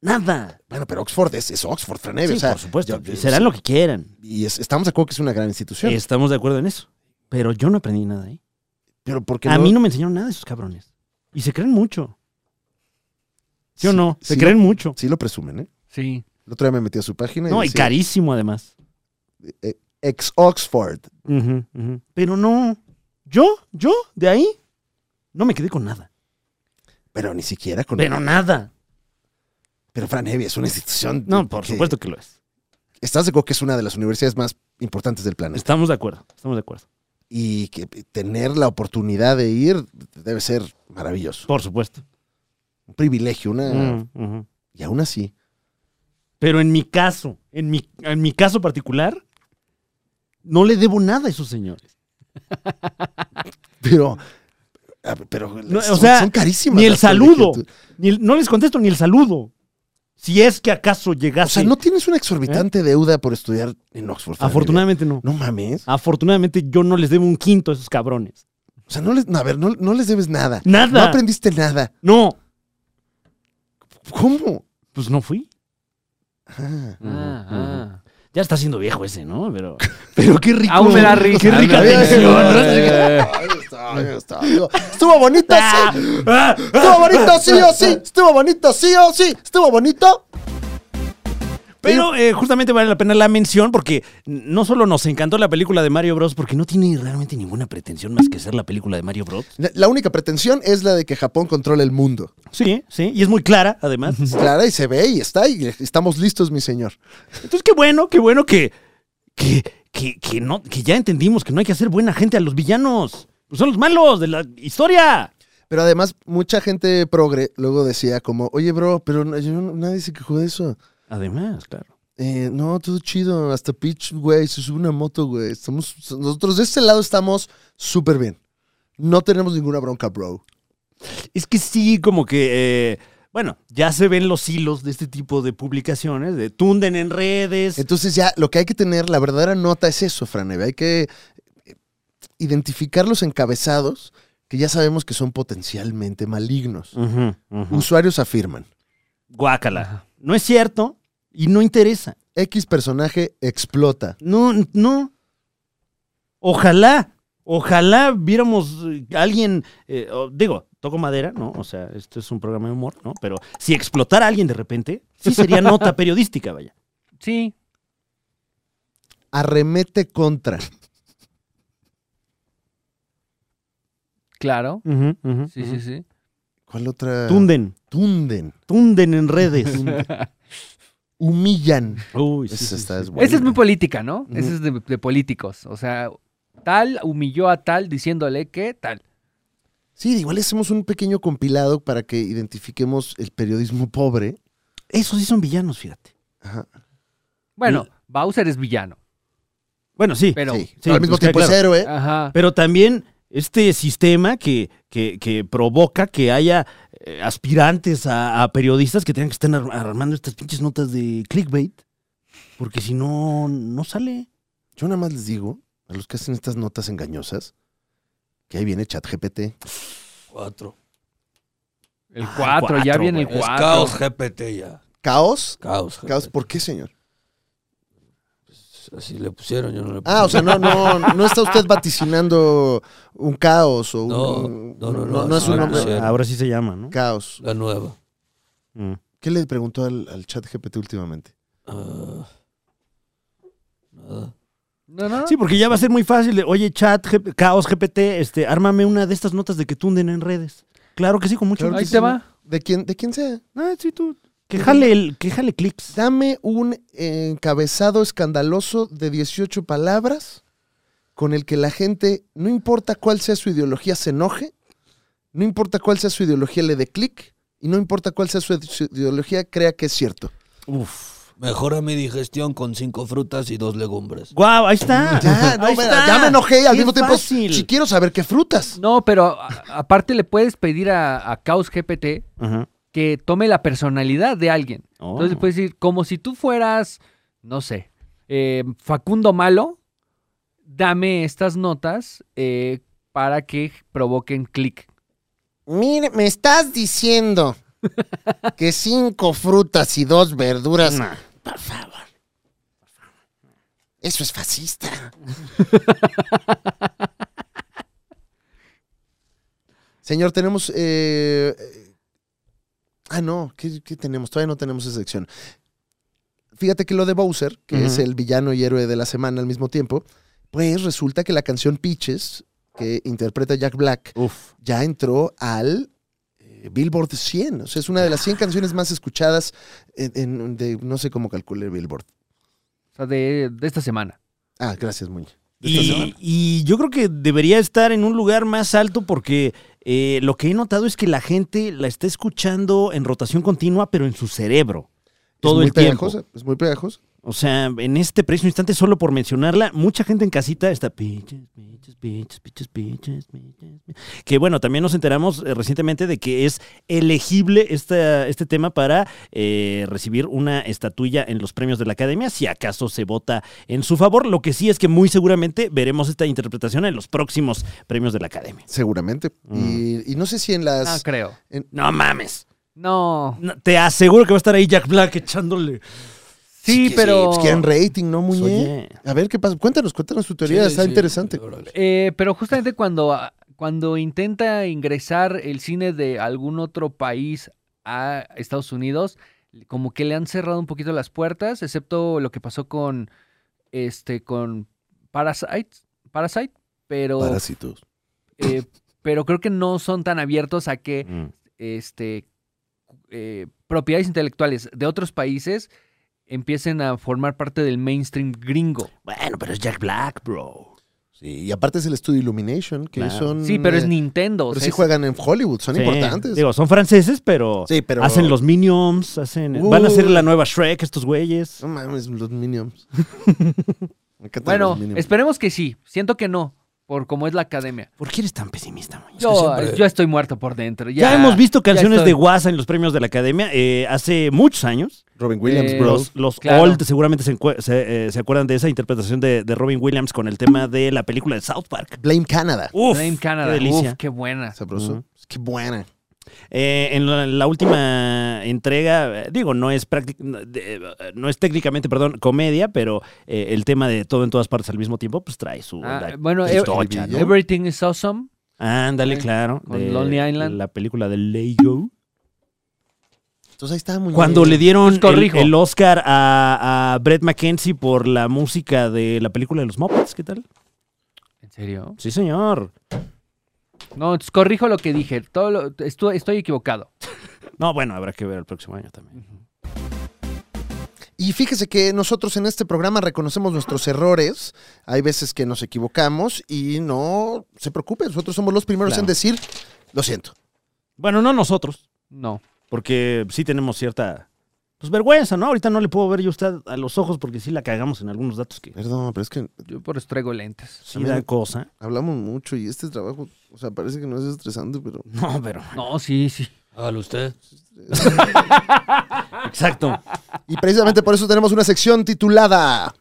Nada. Bueno, pero Oxford es, es Oxford, Fran Evia, Sí, o sea, por supuesto. yo- yo- y serán lo que quieran. Y es- estamos de acuerdo que es una gran institución. Estamos de acuerdo en eso. Pero yo no aprendí nada ahí. pero porque A mí no me enseñaron nada de esos cabrones. Y se creen mucho. ¿Sí, o no? Se sí. creen mucho. Sí lo presumen, ¿eh? Sí. El otro día me metí a su página. No, y decía, carísimo además. Ex Oxford. Ujú, ujú. Pero no. Yo, yo, de ahí, no me quedé con nada. Pero ni siquiera con. Pero nada. Pero Fran Evia es una institución. No, por que- supuesto que lo es. Estás de acuerdo que es una de las universidades más importantes del planeta. Estamos de acuerdo. Estamos de acuerdo. Y que tener la oportunidad de ir debe ser maravilloso. Por supuesto. Un privilegio, una. Ujú, ujú. Y aún así. Pero en mi caso, en mi, en mi caso particular, no le debo nada a esos señores. Pero. ah, Pero No, o son, sea, son carísimas. ni el las saludo. colegiaturas. Ni el- no les contesto ni el saludo. Si es que acaso O sea, llegase. no tienes una exorbitante deuda por estudiar en Oxford. Fran Evia. ¿Eh? Afortunadamente Ah. no. No mames. Afortunadamente yo no les debo un quinto a esos cabrones. O sea, no les, no, a ver, no, no les debes nada. Nada. No aprendiste nada. No, ¿Cómo? pues no fui. Ah. Ah, ah. Ya está siendo viejo ese, ¿no? Pero, pero qué rico. Aún me da risa. Qué rica Aún me da atención. risa. Ay, está, ay, está. Digo, Estuvo bonito, Ah, sí. ah, ah. Estuvo bonito, sí o sí. Estuvo bonito, sí o sí. Estuvo bonito. Pero eh, justamente vale la pena la mención porque no solo nos encantó la película de Mario Bros. porque no tiene realmente ninguna pretensión más que ser la película de Mario Bros. La- La única pretensión es la de que Japón controle el mundo. Sí, sí. Y es muy clara, además. Clara y se ve y está y estamos listos, mi señor. Entonces, qué bueno, qué bueno que, que, que, que no, que ya entendimos que no hay que hacer buena gente a los villanos. Pues son los malos de la historia. Pero además, mucha gente progre luego decía como, oye, bro, pero no- yo no- nadie se quejó de eso. Además, claro. Eh, no, todo chido. Hasta Peach, güey, se sube una moto, güey. Estamos, nosotros de este lado estamos súper bien. No tenemos ninguna bronca, bro. Es que sí, como que, eh, bueno, ya se ven los hilos de este tipo de publicaciones, de tunden en redes. Entonces ya lo que hay que tener, la verdadera nota es eso, Franeve. Hay que eh, identificar los encabezados que ya sabemos que son potencialmente malignos. Ujú, ujú. Usuarios afirman. Guácala. No es cierto y no interesa. X personaje explota. No, no. Ojalá, ojalá viéramos eh, a alguien, eh, o- digo, toco madera, ¿no? O sea, esto es un programa de humor, ¿no? Pero si explotara a alguien de repente, sí sería nota periodística, vaya. Sí. Arremete contra. Claro. Sí, Ujú. sí, sí. ¿Cuál otra? Tunden, Tunden. tunden en redes. Humillan. Uy, sí, Esa sí, está- sí. es buena. Esa es muy política, ¿no? Ujú. Esa es de, de políticos. O sea, tal humilló a tal diciéndole que tal. Sí, igual hacemos un pequeño compilado para que identifiquemos el periodismo pobre. Esos sí son villanos, fíjate. Ajá. Bueno, Bowser es villano. Bueno, sí. Pero. sí. sí, Al mismo pues, tiempo es claro. héroe. Ajá. Pero también este sistema que, que, que provoca que haya eh, aspirantes a, a periodistas que tengan que estar ar- armando estas pinches notas de clickbait, porque si no, no sale. Yo nada más les digo a los que hacen estas notas engañosas que ahí viene ChatGPT. Cuatro. El Ah, el 4, ya cuatro, viene el Es 4. caos GPT ya. ¿Caos? Caos GPT. ¿Caos? ¿Por qué, señor? Así le pusieron, yo no le puse. Ah, o sea, no, no, no está usted vaticinando un caos o un. No, un- no, no, no, es un no, nombre. no. Ahora sí se llama, ¿no? Caos. La nueva. Mm. ¿Qué le preguntó al, al ChatGPT últimamente? Ah, nada. No, no. Sí, porque ya va a ser muy fácil. de, Oye, chat, G- caos GPT, este, ármame una de estas notas de que tunden en redes. Claro que sí, con mucho Claro Ahí que gusto. te sí. va. ¿De quién, de quién sea? Ah, sí, tú. Que jale, el, que jale clips. Dame un encabezado escandaloso de 18 palabras con el que la gente, no importa cuál sea su ideología, se enoje, no importa cuál sea su ideología, le dé clic, y no importa cuál sea su, su ideología, crea que es cierto. Uf. Mejora mi digestión con cinco frutas y dos legumbres. Guau, ahí Ah, está. Ya, no Ahí me, está. ya me enojé y al Qué mismo tiempo, fácil. si quiero saber qué frutas. No, pero a- aparte le puedes pedir a, a Caos GPT Ajá. que tome la personalidad de alguien. Oh. Entonces le puedes decir, como si tú fueras, no sé, eh, Facundo Malo, dame estas notas eh, para que provoquen clic. Mire, me estás diciendo que cinco frutas y dos verduras. Nah. Por favor. Eso es fascista. Señor, tenemos. eh, eh, ah, no, ¿qué, qué tenemos? Todavía no tenemos esa sección. Fíjate que lo de Bowser, que Ujú. es el villano y héroe de la semana al mismo tiempo, pues resulta que la canción Peaches, que interpreta Jack Black, Uf. ya entró al eh, Billboard 100. O sea, es una de las Ah. 100 canciones más escuchadas en, en- de no sé cómo calculé Billboard. O sea, de, de esta semana. Ah, gracias, Muñe. Y, y yo creo que debería estar en un lugar más alto porque eh, lo que he notado es que la gente la está escuchando en rotación continua, pero en su cerebro. Todo es muy el tiempo. pegajosa, Es muy pegajosa. O sea, en este preciso instante, solo por mencionarla, mucha gente en casita está pinches, pinches, pinches, pinches, pinches, pinches. pinches". Que bueno, también nos enteramos eh, recientemente de que es elegible esta, este tema para eh, recibir una estatuilla en los premios de la academia, si acaso se vota en su favor. Lo que sí es que muy seguramente veremos esta interpretación en los próximos premios de la academia. Seguramente. Mm. Y, y no sé si en No Ah, las. Ah, creo. No mames. No. No, te aseguro que va a estar ahí Jack Black echándole. Sí, que sí, pero. pues, quieren rating, ¿no, Muñe? Oye. A ver qué pasa. Cuéntanos, cuéntanos tu teoría. Sí, Está sí, interesante. órale. Eh, pero justamente cuando, ah, cuando intenta ingresar el cine de algún otro país a Estados Unidos, como que le han cerrado un poquito las puertas, excepto lo que pasó con este con Parasite, Parasite, pero Parásitos. eh, pero creo que no son tan abiertos a que Mm. este, eh, propiedades intelectuales de otros países empiecen a formar parte del mainstream gringo. Bueno, pero es Jack Black, bro. Sí, y aparte es el estudio Illumination, que Claro. son. Sí, pero es eh, Nintendo. o Pero sea, sí es- juegan en Hollywood, son Sí, importantes. Digo, son franceses, pero, sí, pero. hacen los Minions, hacen, Uh. van a hacer la nueva Shrek estos güeyes. No mames, los Minions. Me encantan Bueno, los Minions. esperemos que sí. Siento que no, por cómo es la academia. ¿Por qué eres tan pesimista, Muñoz? Yo, siempre- yo estoy muerto por dentro. Ya, Ya, hemos visto ya canciones estoy. de Guasa en los premios de la Academia eh, hace muchos años. Robin Williams, Eh, bro. Los, los claro. old seguramente se, encue- se, eh, se acuerdan de esa interpretación de, de Robin Williams con el tema de la película de South Park. Blame Canada. Uf, Blame Canada. qué delicia. Uf, qué buena. Sabroso. Qué buena. Eh, en la, la última entrega, eh, digo, no es práctic- no de- eh, no es técnicamente, perdón, comedia, pero eh, el tema de todo en todas partes al mismo tiempo, pues trae su... Ah, la- bueno, su eh, tocha, ¿no? Everything is Awesome. Ándale, Sí. claro. Con Lonely Island. La película de Lego. Entonces ahí está muy Cuando le dieron Pues el, corrijo. el Oscar a, a Brett McKenzie por la música de la película de los Muppets, ¿qué tal? ¿En serio? Sí, señor. No, entonces corrijo lo que dije. Todo lo- estu- estoy equivocado. No, bueno, habrá que ver el próximo año también. Y fíjese que nosotros en este programa reconocemos nuestros errores. Hay veces que nos equivocamos y no se preocupe. Nosotros somos los primeros Claro. en decir, lo siento. Bueno, no nosotros, No. porque sí tenemos cierta pues, vergüenza, ¿no? Ahorita no le puedo ver yo a usted a los ojos porque sí la cagamos en algunos datos que Perdón, pero es que Yo por eso traigo lentes. sí También- da cosa. hablamos mucho y este trabajo, o sea, parece que no es estresante, pero No, pero... No, sí, sí. Hágalo usted. Exacto. Y precisamente por eso tenemos una sección titulada.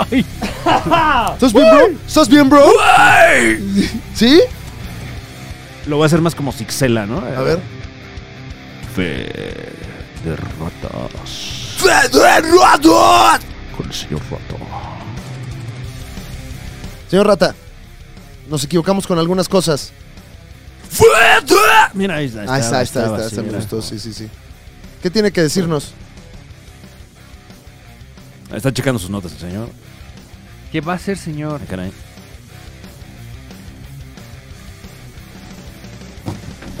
ahora no me salió, güey. ¿Estás bien, bro? ¿Estás bien, bro? ¿Sí? Lo voy a hacer más como Sixela, ¿no? A ver. Señor Rata, nos equivocamos con algunas cosas. Mira, ahí está. Ah, está, ahí está, ahí estaba, está, sí, está, me mira. gustó, sí, sí, sí. ¿Qué tiene que decirnos? Está checando sus notas el señor. ¿Qué va a hacer, señor? Ah, caray.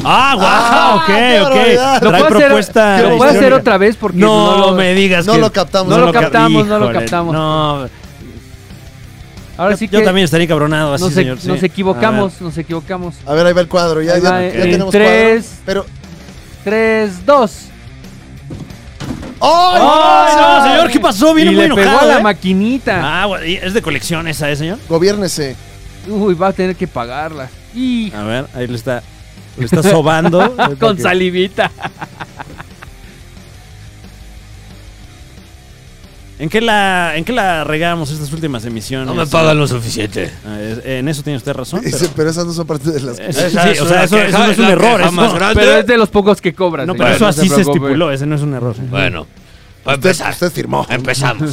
Ah, wow, Ah, qué ok, barbaridad. ok. Lo Trae puedo hacer- propuesta. lo puedo hacer histórica. otra vez porque no, no lo- me digas no que- lo captamos. No lo cap- captamos, no lo Híjole, captamos. No, Ahora yo- sí que yo también estaría cabronado así, nos, e- señor. sí. nos equivocamos, nos equivocamos. A ver, ahí va el cuadro. Ya, Ahí ya- va, ya en tenemos tres. cuadro. Pero. Tres, dos. ¡Ay! ¡Ay, no, señor! ¿Qué pasó? Viene y muy le pegó a enojado, la ¿eh? maquinita. Ah, bueno, ¿y es de colección esa, ¿eh, señor? Gobiérnese. Uy, va a tener que pagarla. Y A ver, ahí le está, le está sobando. con salivita. ¿En qué, la, ¿En qué la regamos estas últimas emisiones? No me pagan lo suficiente. Ah, es- En eso tiene usted razón. Dice, pero- pero, esas no son parte de las. Eh, sí, sí, o sea, eso, queja, eso no es un la error. queja eso más no, grande. Pero es de los pocos que cobran. No, pero señor, eso no se así se preocupe. estipuló. Ese no es un error. Bueno, para usted, empezar, usted firmó. empezamos.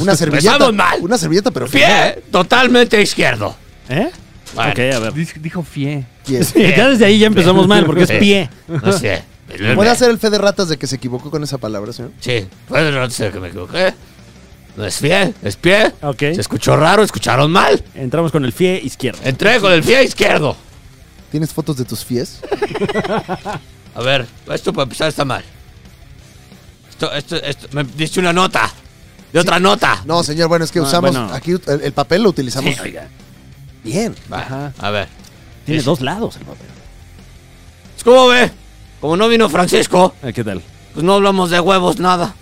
Una servilleta. Empezamos mal. Una servilleta, pero firmó. Pie totalmente izquierdo. ¿Eh? Bueno. Ok, a ver. Dijo, dijo Fie. Yes. Sí, ya desde ahí ya empezamos mal, porque es Sí. pie. No sé. ¿Puede hacer el fe de ratas de que se equivocó con esa palabra, señor? Sí, puede no ser que me equivoqué. No es pie, es pie. Ok. Se escuchó raro, escucharon mal. Entramos con el pie izquierdo. Entré con el pie izquierdo. ¿Tienes fotos de tus pies? A ver, esto para empezar está mal. Esto, esto, esto. Me diste una nota. De otra nota. No, señor, bueno, es que Ah, usamos. bueno. Aquí el, el papel lo utilizamos Sí, oiga. bien. Va, Ah. Ajá. A ver. Tiene Sí. dos lados el papel. ¿Cómo ve? Como no vino Francisco, Ah, ¿Qué tal? pues no hablamos de huevos, nada.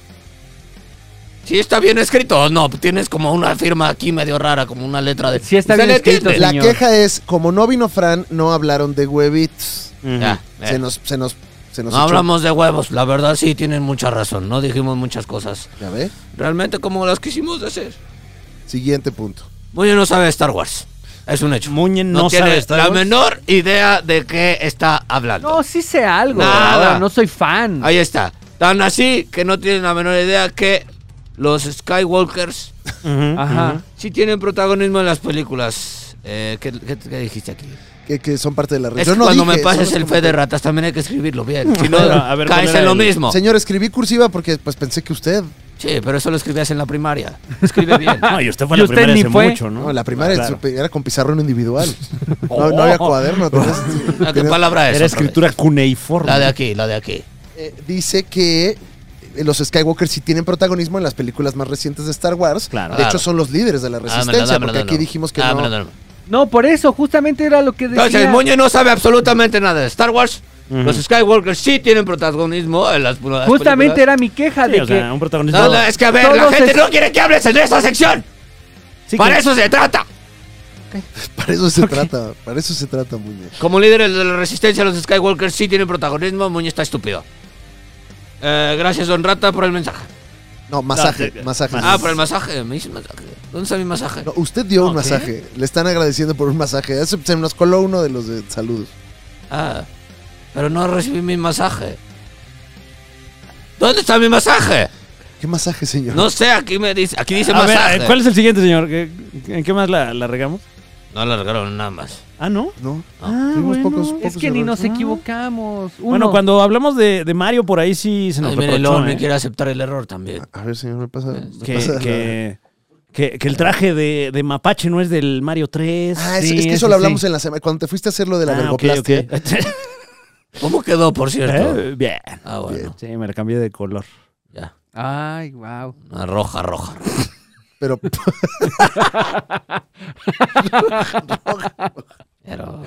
Sí está bien escrito, no, tienes como una firma aquí medio rara, como una letra de... Sí está Se bien le escrito, entiende. La Señor. queja es: como no vino Fran, no hablaron de huevitos. Ya, eh. Se nos. Se nos se nos No echó- hablamos de huevos, la verdad sí tienen mucha razón, no dijimos muchas cosas. Ya ve. Realmente como las quisimos decir. Siguiente punto. Muñe no sabe de Star Wars, es un hecho. Muñe no tiene sabe de Star la Wars. menor idea de qué está hablando. No, sí sé algo. Nada. Ahora, no soy fan. Ahí está. Tan así que no tienen la menor idea que los Skywalkers Ujú, Ajá. ujú. sí tienen protagonismo en las películas. Eh, ¿qué, qué, qué dijiste aquí? Que, que son parte de la red. Es Yo que no cuando dije, me pases solo el como- fe de ratas también hay que escribirlo bien. Si no, Bueno, a ver, ¿cuál caes era en lo el- mismo. Señor, escribí cursiva porque pues pensé que usted. Sí, pero eso lo escribías en la primaria. Escribe bien. No, y usted fue Y la usted primera ni hace fue. mucho, ¿no? No, la primaria Claro. era con pizarrón individual. No, no Oh. había cuaderno. tenías- ¿La ¿Qué tenías- palabra es? Era otra vez? escritura cuneiforme. La de aquí, la de aquí. Ah, eh, dice que eh, los Skywalker sí tienen protagonismo en las películas más recientes de Star Wars. Claro. de Claro. Ah, hecho, son los líderes de la resistencia, Dámela, dámela, porque aquí dámela. Ah, dijimos que Dámela, no. dámela. No, por eso, justamente era lo que decía. Entonces, Muñe no sabe absolutamente nada de Star Wars. Ujú. Los Skywalkers sí tienen protagonismo en las, en las Justamente películas. era mi queja Sí, de o que. sea, un protagonista. No, no, es que a ver, la Todos gente es- no quiere que hables en esa sección. Sí, Para que- eso se trata. Para eso se trata, para eso se trata, Muñe. Como líderes de la resistencia, los Skywalkers sí tienen protagonismo. Muñe está estúpido. Eh, gracias, Don Rata, por el mensaje. No, masaje, No, sí, masaje. Ah, por el masaje. Me hice masaje. ¿Dónde está mi masaje? No, usted dio un Ok. masaje. Le están agradeciendo por un masaje. Se, se nos coló uno de los de saludos. Ah, pero no recibí mi masaje. ¿Dónde está mi masaje? ¿Qué masaje, señor? No sé, aquí me dice, aquí dice A ver, eh, masaje. ¿cuál es el siguiente, señor? ¿Qué- ¿En qué más la, la regamos? No alargaron nada más. Ah, ¿no? No, Ah, tuvimos bueno. pocos, Es pocos que ni errores. nos equivocamos. Uno. Bueno, cuando hablamos de, de Mario, por ahí sí se nos Ay, mire, reprochó, luego no ¿eh? quiere aceptar el error también. A ver, señor, me pasa. me que, pasa la- que, que- que el traje de, de Mapache no es del Mario 3. Ah, es, Sí, es que eso eso lo hablamos sí. en la semana. Cuando te fuiste a hacer lo de la Ah, ok, vergoplastia. ok. ¿Cómo quedó, por cierto? Eh, Bien. Ah, bueno, Sí, me la cambié de color. ya. Ay, wow. Una roja, roja. Pero Pero.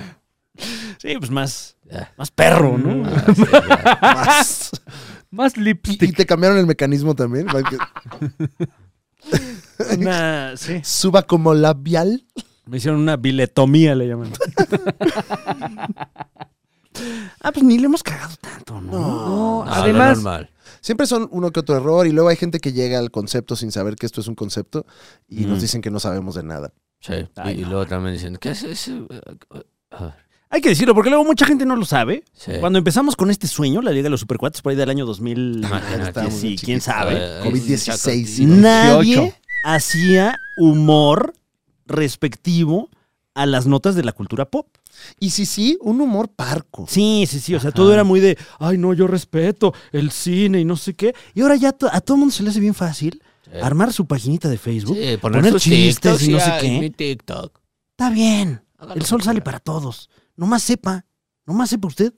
Sí, pues más, Ya. más perro, ¿no? Ah, sí, ya. más. Más ¿Y, y lipstick. te cambiaron el mecanismo también. para que Una- sí. Suba como labial. Me hicieron una biletomía, le llaman. ah, pues ni le hemos cagado tanto, ¿no? No, No, lo además, normal. Siempre son uno que otro error y luego hay gente que llega al concepto sin saber que esto es un concepto y nos Mm. dicen que no sabemos de nada. Sí. Ay, y no. luego también dicen, ¿qué es eso? A ver, Hay que decirlo, porque luego mucha gente no lo sabe. sí. Cuando empezamos con este sueño, la Liga de los Supercuates, por ahí del año 2000, Imagínate, estábamos sí, bien quién chiquitos. sabe, Eh, COVID-16, es sí. un chaco- nadie 18. hacía humor respectivo a las notas de la cultura pop. Y sí, sí, un humor parco. Sí, sí, sí. O sea, todo era muy de, ay, no, yo respeto el cine y no sé qué. Y ahora ya to- a todo el mundo se le hace bien fácil Sí. armar su paginita de Facebook, Sí, poner, sus chistes TikToks y no sé ya, qué. Mi TikTok. Está bien. Hágalo El sol como sale quiera. para todos. Nomás sepa, nomás sepa usted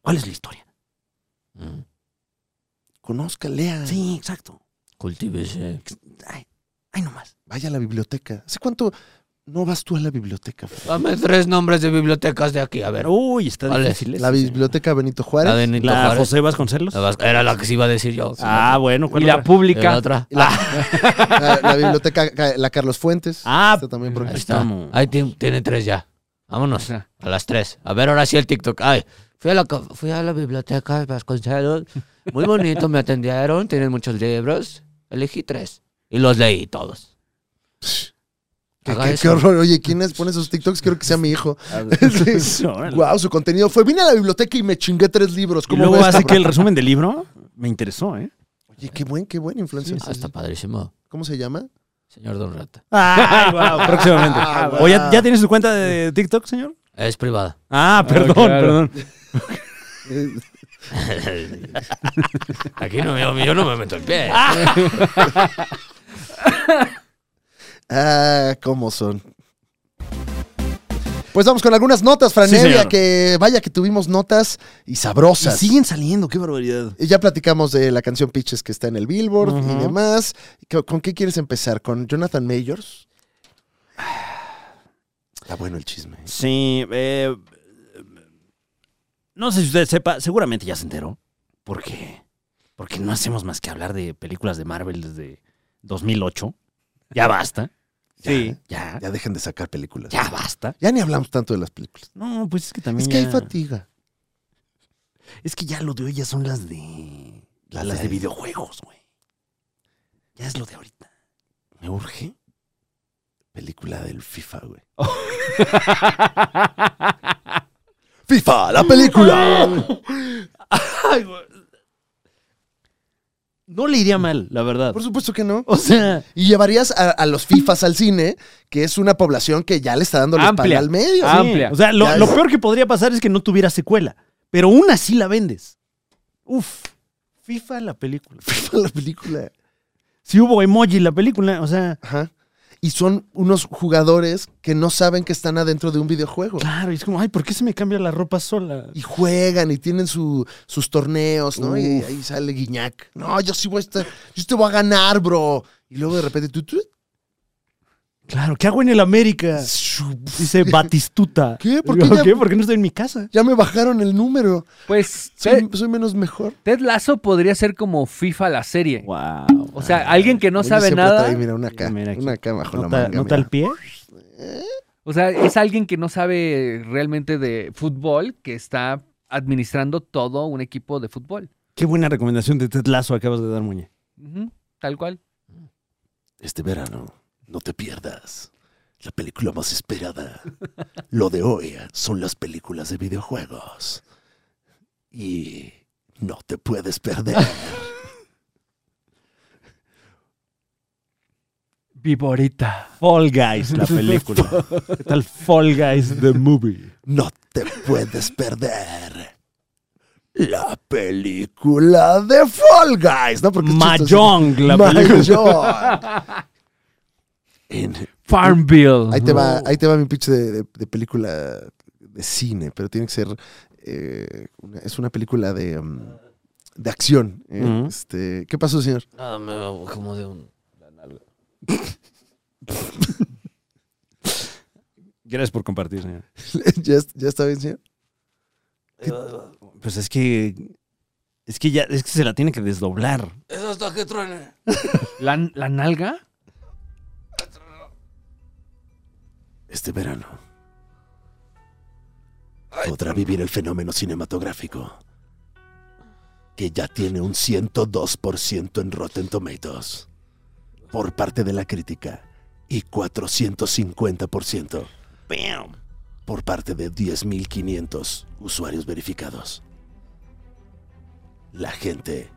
¿Cuál es la historia? Mm. Conozca, lea. Sí, exacto. Cultívese. Ay, ay nomás. Vaya a la biblioteca. ¿Hace cuánto no vas tú a la biblioteca? Fer? Dame tres nombres de bibliotecas de aquí, a ver. Uy, está ¿Cuál es? difícil. ese. La biblioteca Benito Juárez. La de Nito ¿La Juárez. José Vasconcelos. La vas- Era la que se iba a decir yo. ah, bueno. ¿cuál Y la otra? Era pública. otra. La, Ah, la- la biblioteca, Ca- la Carlos Fuentes. Ah, Está también por Ahí aquí. está. estamos. Ahí ti- tiene tres ya. Vámonos. Ajá. A las tres. A ver, ahora sí el TikTok. Ay, fui a la, co- fui a la biblioteca de Vasconcelos. Muy bonito, me atendieron. Tienen muchos libros. Elegí tres. Y los leí todos. Qué, Ah, Haga qué- qué eso. horror. Oye, ¿quién es- pone esos TikToks? Creo que sea mi hijo. Sí, órale. Wow, su contenido fue. Vine a la biblioteca y me chingué tres libros. Y ¿Cómo luego ves, así que cabrón? el resumen del libro me interesó, ¿eh? Oye, qué buen, qué buen influencer. Ah, está padrísimo. ¿Cómo se llama? Señor Don Rata. Ay, wow, próximamente. Ah, ¿O ya, guau. ya tienes su cuenta de TikTok, señor? Es privada. Ah, perdón, perdón. claro. Aquí no me, yo no me meto el pie. Ah, cómo son. Pues vamos con algunas notas, Sí, Franevia, señor. que vaya que tuvimos notas y Y sabrosas. siguen saliendo, qué barbaridad. Ya platicamos de la canción Pitches que está en el Billboard y Ujú. demás. ¿Con- ¿Con qué quieres empezar? ¿Con Jonathan Majors? Ah, Está bueno el chisme. Sí, eh, no sé si usted sepa, seguramente ya se enteró, porque, porque no hacemos más que hablar de películas de Marvel desde 2008. Ya basta. Sí. Ya, ya, Ya dejen de sacar películas. ya basta. Ya ni hablamos tanto de las películas. No, pues es que también Es que hay ya- fatiga. Es que ya lo de hoy ya son las de. Las, de videojuegos, güey. Ya es lo de ahorita. Me urge película del FIFA, güey. FIFA, la película. No le iría mal, la verdad. Por supuesto que no. O sea, Y llevarías a, a los FIFAs al cine, que es una población que ya le está dando la Amplia. espalda al medio. Ah, Amplia. sí, o sea, lo, Ya lo es. peor que podría pasar es que no tuviera secuela. Pero aún así la vendes. Uf. FIFA la película. FIFA, la película. Si hubo emoji en la película, o sea. Ajá. Y son unos jugadores que no saben que están adentro de un videojuego. Claro, y es como, ay, ¿por qué se me cambia la ropa sola? Y juegan y tienen su- sus torneos, ¿no? Y ahí sale Guiñac. No, yo sí voy a estar, yo te voy a ganar, bro. Y luego de repente tú, tú- Claro, ¿qué hago en el América? Dice Batistuta. ¿Qué? ¿Por Digo, qué ya- ¿Qué? ¿Por qué no estoy en mi casa? ya me bajaron el número. Pues Soy, Ted, soy menos mejor. Ted Lazo podría ser como FIFA la serie. Wow. O sea, alguien que no Oye, sabe siempre nada. trae, mira, una acá, Mira aquí. una acá bajo la ¿Nota, manga. mira. nota el pie? O sea, es alguien que no sabe realmente de fútbol, que está administrando todo un equipo de fútbol. Qué buena recomendación de Ted Lasso acabas de dar, Muñe. Ujú, tal cual. Este verano, no te pierdas la película más esperada. Lo de hoy son las películas de videojuegos. Y no te puedes perder. Viborita. Fall Guys, la película. ¿Qué tal Fall Guys, the movie? No te puedes perder. La película de Fall Guys, ¿no? Porque es chistoso. Mahjong, la película. Mahjong. En- Farmville. Ahí te va, ahí te va mi pitch de, de- de película de cine, pero tiene que ser. eh, una- es una película de, mm, de acción. eh, Ujú. este, ¿Qué pasó, señor? Nada, me como de un. Gracias por compartir, señor. ¿Ya, es- ya está bien, señor? Pues es que. Es que ya. Es que se la tiene que desdoblar. Eso está que truene. ¿La, la nalga? Este verano podrá vivir el fenómeno cinematográfico que ya tiene un 102% en Rotten Tomatoes por parte de la crítica y 450% ¡Bam! por parte de 10.500 usuarios verificados. La gente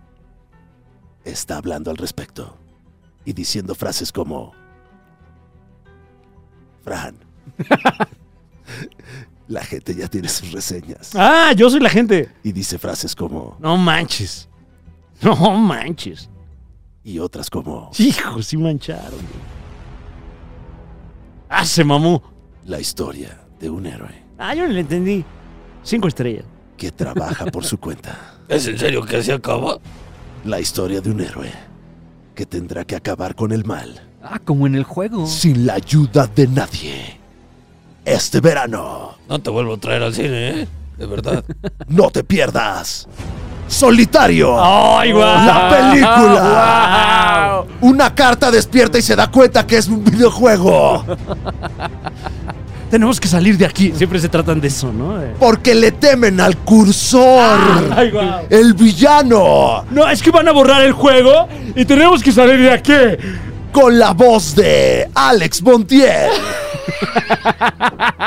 está hablando al respecto y diciendo frases como, Fran, la gente ya tiene sus reseñas. ¡Ah! Yo soy la gente. Y dice frases como, No manches. No manches. y otras como, Hijo, sí mancharon. güey. ¡Ah, se mamó! la historia de un héroe Ah, yo no le entendí. Cinco estrellas. que trabaja por su cuenta. ¿Es en serio que se acaba? La historia de un héroe que tendrá que acabar con el mal Ah, como en el juego. sin la ayuda de nadie. Este verano, No te vuelvo a traer al cine, ¿eh? De verdad. no te pierdas. Solitario. ¡Ay, guau! La película. Una carta despierta y se da cuenta que es un videojuego. Tenemos que salir de aquí. Siempre se tratan de eso, ¿no? Eh, Porque le temen al cursor. ¡Ay, guau! El villano. No, es que van a borrar el juego y tenemos que salir de aquí. Con la voz de Alex Montiel.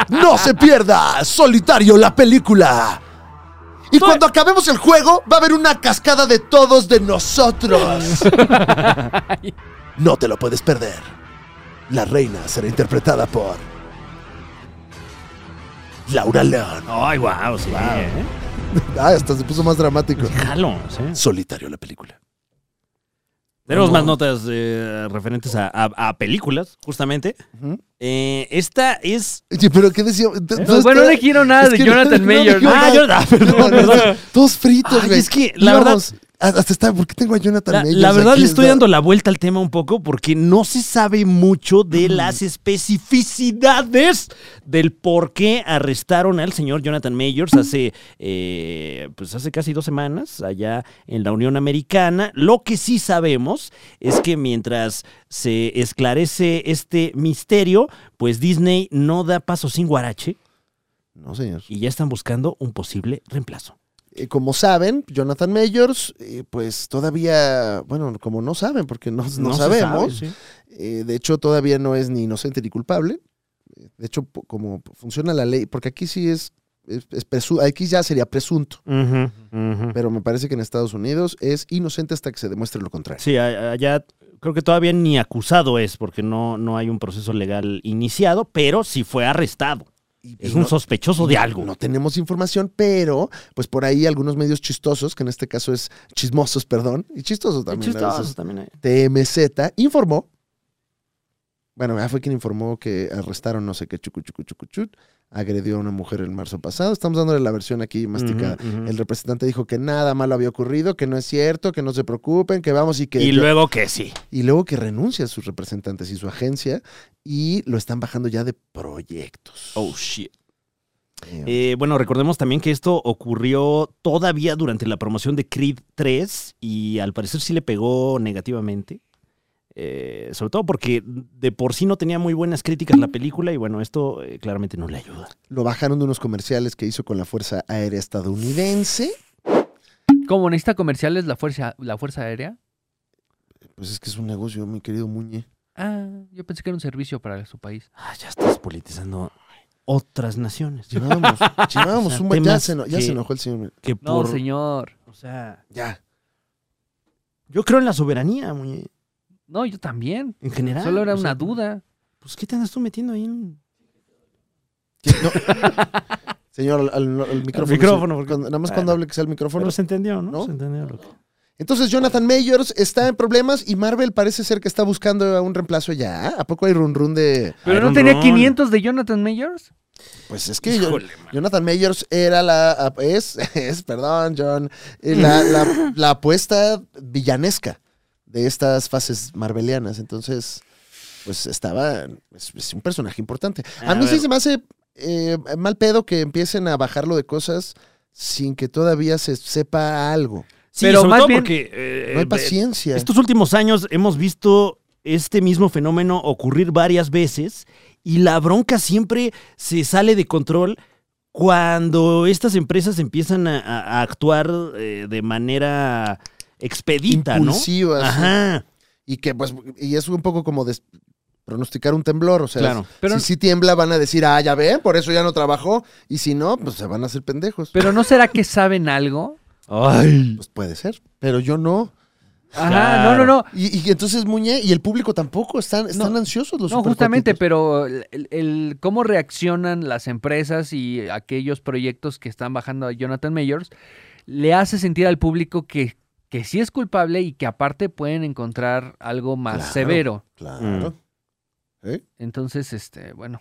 No se pierda. Solitario la película. Y cuando acabemos el juego, va a haber una cascada de todos de nosotros. No te lo puedes perder. La reina será interpretada por Laura León. ¡Ay, guau! Sí. eh. Ah, hasta se puso más dramático. Jalo, sí. Solitario la película. Tenemos más notas eh, referentes a, a- a películas, justamente. Eh, esta es. Oye, pero ¿qué decía? Eh, No, Pues bueno, no le quiero nada de Jonathan Mayer, ¿no? Ah, yo- ah, perdón, perdón. Todos fritos, Ay, güey. es que la verdad. Hasta está, ¿por qué tengo a Jonathan La, Mayer? la verdad aquí? le estoy No. dando la vuelta al tema un poco porque no se sabe mucho de las especificidades del por qué arrestaron al señor Jonathan Mayors hace, eh, pues hace casi dos semanas allá en la Unión Americana. Lo que sí sabemos es que mientras se esclarece este misterio, pues Disney no da paso sin guarache No, señor. y ya están buscando un posible reemplazo. Eh, como saben, Jonathan Mayors, eh, pues todavía, bueno, como no saben, porque no, no se sabe, sabemos. sí. Eh, de hecho, todavía no es ni inocente ni culpable. Eh, De hecho, po- como funciona la ley, porque aquí sí es, es- es presu- aquí ya sería presunto, Ujú, ujú. pero me parece que en Estados Unidos es inocente hasta que se demuestre lo contrario. Sí, a- allá creo que todavía ni acusado es porque no, no hay un proceso legal iniciado, pero sí fue arrestado. Y- Es y un no- sospechoso de algo. No tenemos información, pero pues por ahí algunos medios chistosos, que en este caso es chismosos, perdón, y chistosos Qué también. a chistoso veces. también, eh. TMZ informó, bueno, ya fue quien informó que arrestaron no sé qué chucu chucu chucu chut, agredió a una mujer el marzo pasado. Estamos dándole la versión aquí masticada. Ujú, ujú. El representante dijo que nada malo había ocurrido, que no es cierto, que no se preocupen, que vamos y que... Y luego que sí. y luego que renuncia a sus representantes y su agencia y lo están bajando ya de proyectos. shit. Eh, bueno, recordemos también que esto ocurrió todavía durante la promoción de Creed 3 y al parecer sí le pegó negativamente. Eh, sobre todo porque de por sí no tenía muy buenas críticas la película y bueno, esto eh, claramente no le ayuda. Lo bajaron de unos comerciales que hizo con la Fuerza Aérea Estadounidense. Como necesita comerciales la fuerza, la fuerza aérea. Pues es que es un negocio, mi querido Muñe. Ah, yo pensé que era un servicio para su país. Ah, ya estás politizando otras naciones. Llevábamos, llevábamos O sea, un buen... Ya, temas se, eno- ya que- se enojó el señor. Que No, por, señor. O sea, Ya. yo creo en la soberanía, muñe, No, yo también. en general. Solo era O sea, una duda. Pues, ¿qué te andas tú metiendo ahí? en- Señor, al, al- al micrófono. micrófono, sí. porque- Cuando- nada más Bueno. cuando hable que sea el micrófono. Pero se entendió, ¿no? ¿No? Se entendió lo que- Entonces Jonathan Mayors está en problemas y Marvel parece ser que está buscando a un reemplazo ya. ¿A poco hay run run de...? ¿Pero Iron no tenía Man. 500 de Jonathan Mayors? Pues es que yo- Jonathan Mayors era la... Es, es perdón, John. eh, La, la- la apuesta villanesca de estas fases marvelianas. Entonces, pues estaba... Es, es un personaje importante. A, A mí sí ver. se me hace eh, mal pedo que empiecen a bajarlo de cosas sin que todavía se sepa algo. Sí, Pero sobre más todo bien- porque... eh, No hay eh, paciencia. Estos últimos años hemos visto este mismo fenómeno ocurrir varias veces y la bronca siempre se sale de control cuando estas empresas empiezan a, a- a actuar eh, de manera expedita, Impulsivas. ¿no? Ajá, Y que pues, y es un poco como des- pronosticar un temblor, o sea, claro. Pero- si sí tiembla van a decir, ah, ya ven, por eso ya no trabajó, y si no, pues se van a hacer pendejos. ¿Pero no será que saben algo? Ay. pues puede ser, pero yo no. Ajá, Claro. no, no, no. Y, y entonces Muñe y el público tampoco están, están No, ansiosos los No, justamente, supercuatitos. pero el, el- el cómo reaccionan las empresas y aquellos proyectos que están bajando a Jonathan Mayors le hace sentir al público que, que sí es culpable y que aparte pueden encontrar algo más Claro. Mm. severo. Claro. ¿Eh? Entonces, este, bueno.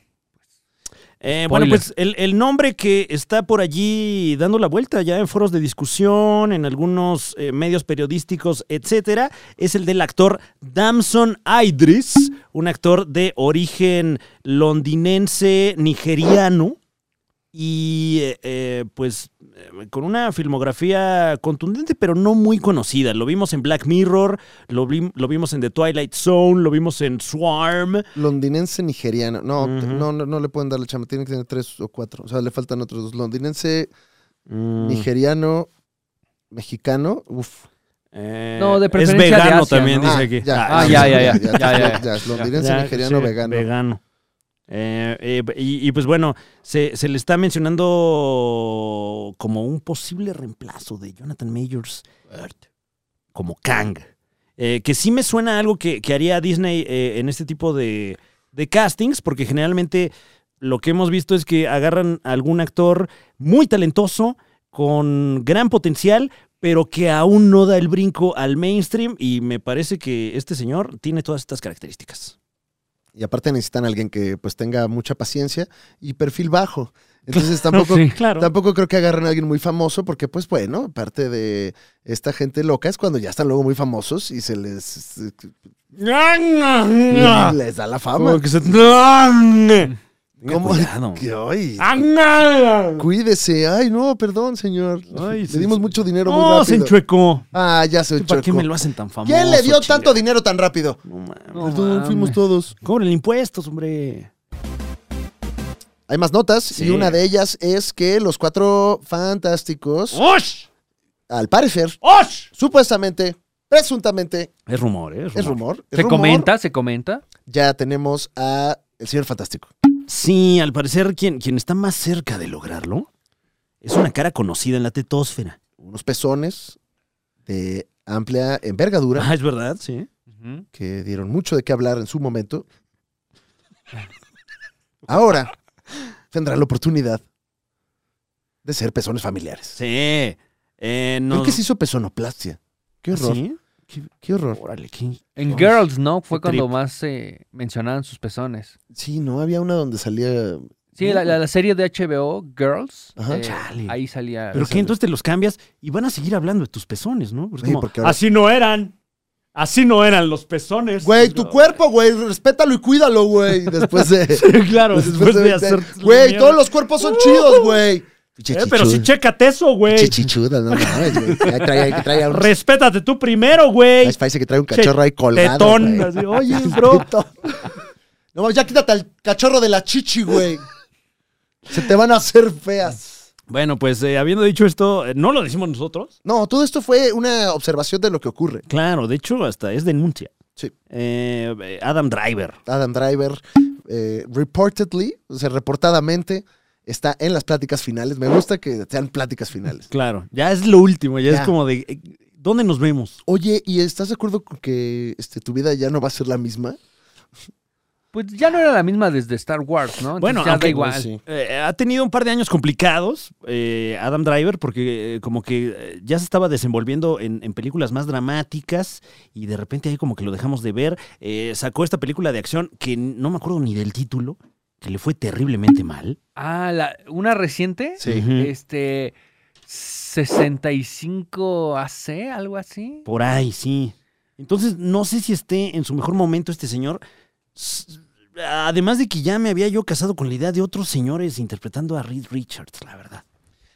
Eh, bueno, Spoiler. pues el, el nombre que está por allí dando la vuelta ya en foros de discusión, en algunos eh, medios periodísticos, etcétera, es el del actor Damson Idris, un actor de origen londinense nigeriano y eh, eh, pues eh, con una filmografía contundente pero no muy conocida. Lo vimos en Black Mirror, lo, vi- lo vimos en The Twilight Zone, lo vimos en Swarm. Londinense nigeriano. No, Ujú. t- no, no, no le pueden dar la chamba. Tienen que tener tres o cuatro. O sea, le faltan otros dos. Londinense, Mm, nigeriano, mexicano. Uf. eh, No, de preferencia Es de vegano Asia, también, ¿no? dice aquí. Ah, sí, ya, sí, ya, ya. ya, ya, ya. ya, es Londinense, ya, nigeriano, sí, vegano. Vegano. Eh, eh, y, y, pues bueno, se, se le está mencionando como un posible reemplazo de Jonathan Majors como Kang. Eh, que sí me suena a algo que, que haría Disney eh, en este tipo de, de castings, porque generalmente lo que hemos visto es que agarran a algún actor muy talentoso, con gran potencial, pero que aún no da el brinco al mainstream, y me parece que este señor tiene todas estas características. Y aparte necesitan a alguien que pues tenga mucha paciencia y perfil bajo. Entonces tampoco, Sí. Claro. Tampoco creo que agarren a alguien muy famoso, porque, pues bueno, parte de esta gente loca es cuando ya están luego muy famosos y se les, eh, les da la fama. Como que se- Tenga ¿Cómo? cuidado. Que, ay, ¡Anga! cuídese. Ay, no, perdón, señor. Ay, le sí, dimos sí. mucho dinero muy No, ¡Oh, se rápido. enchuecó. ah, ya se ¿Para qué enchuecó. me lo hacen tan famoso? ¿Quién le dio chinga? tanto dinero tan rápido? No mames. No Perdón, mames. Eh. fuimos todos. Cobren impuestos, hombre. Hay más notas Sí. y una de ellas es que los cuatro fantásticos, ¡Osh! al parecer, ¡Osh! supuestamente, presuntamente, Es rumor, ¿eh? es rumor. es Se rumor, comenta, se comenta. Ya tenemos a el señor fantástico. Sí, al parecer quien, quien está más cerca de lograrlo es una cara conocida en la tetósfera. unos pezones de amplia envergadura Ah, es verdad, sí. Ujú. que dieron mucho de qué hablar en su momento. Ahora tendrá la oportunidad de ser pezones familiares. Sí. Eh, Creo no. que se hizo pezonoplastia. Qué ¿Ah, horror, sí? qué horror. Órale, qué- En Uf, Girls, ¿no? Fue qué cuando trip. más se mencionaban sus pezones. Sí, no, había una donde salía... pues, Sí, la, la- la serie de HBO, Girls, Ajá. eh, Chale. ahí salía. Pero que entonces te los cambias y van a seguir hablando de tus pezones, ¿no? Porque es Sí, como, "Ah, porque ahora- Así no eran. Así no eran los pezones. Güey, tu cuerpo, güey, respétalo y cuídalo, güey. Después de... claro, después de hacer. Uh-huh. Güey, todos los cuerpos son chidos, güey. Eh, pero si chécate eso, güey. Chichichuda, no mames, güey. Ya trae, trae un- Respétate tú primero, güey. Parece que trae un cachorro ahí colgado. Tetón. güey. así, Oye, bro. No mames, ya quítate al cachorro de la chichi, güey. Se te van a hacer feas. Bueno, pues eh, habiendo dicho esto, eh, no lo decimos nosotros. No, todo esto fue una observación de lo que ocurre. Claro, de hecho, hasta es denuncia. Sí. Eh, eh, Adam Driver. Adam Driver, eh, reportedly, o sea, reportadamente, está en las pláticas finales. Me gusta que sean pláticas finales. Claro, ya es lo último, ya, Ya. es como de. eh, ¿Dónde nos vemos? Oye, ¿y estás de acuerdo con que este, tu vida ya no va a ser la misma? Pues ya no era la misma desde Star Wars, ¿no? Entonces Bueno, ya aunque- da igual. pues Sí. Eh, ha tenido un par de años complicados, eh, Adam Driver, porque eh, como que eh, ya se estaba desenvolviendo en, en películas más dramáticas y de repente ahí como que lo dejamos de ver. Eh, sacó esta película de acción que no me acuerdo ni del título, que le fue terriblemente mal. Ah, la- una reciente, Sí. Ujú. este 65 AC, algo así. Por ahí, sí. Entonces, no sé si esté en su mejor momento este señor. S- Además de que ya me había yo casado con la idea de otros señores interpretando a Reed Richards, la verdad.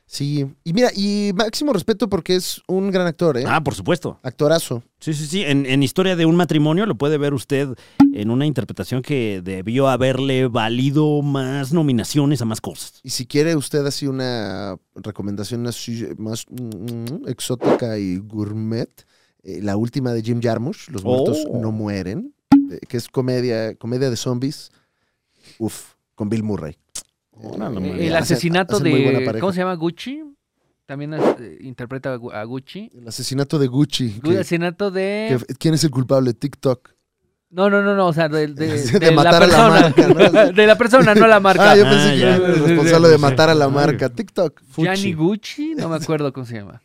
Sí. Y mira, y máximo respeto porque es un gran actor, ¿eh? Ah, por supuesto. Actorazo. Sí, sí, sí. En, en Historia de un matrimonio lo puede ver usted en una interpretación que debió haberle valido más nominaciones a más cosas. Y si quiere usted así una recomendación así más mm, mm, exótica y gourmet, eh, la última de Jim Jarmusch, Los muertos Oh. no mueren, eh, que es comedia, comedia de zombies, uf, con Bill Murray. Órale, Eh, man. eh, El hacen- asesinato hacen muy buena de. pareja. ¿Cómo se llama? Gucci. También eh, interpreta a Gu- a Gucci. El asesinato de Gucci. El que- asesinato de. que- ¿Quién es el culpable? TikTok. No, no, no, no. O sea, de, de- De de matar a la persona. marca, ¿no? de la persona, no la marca. Ah, yo Ah, pensé que ya. era el responsable de matar a la marca. TikTok. Fuchi. Gianni Gucci, no me acuerdo cómo se llama.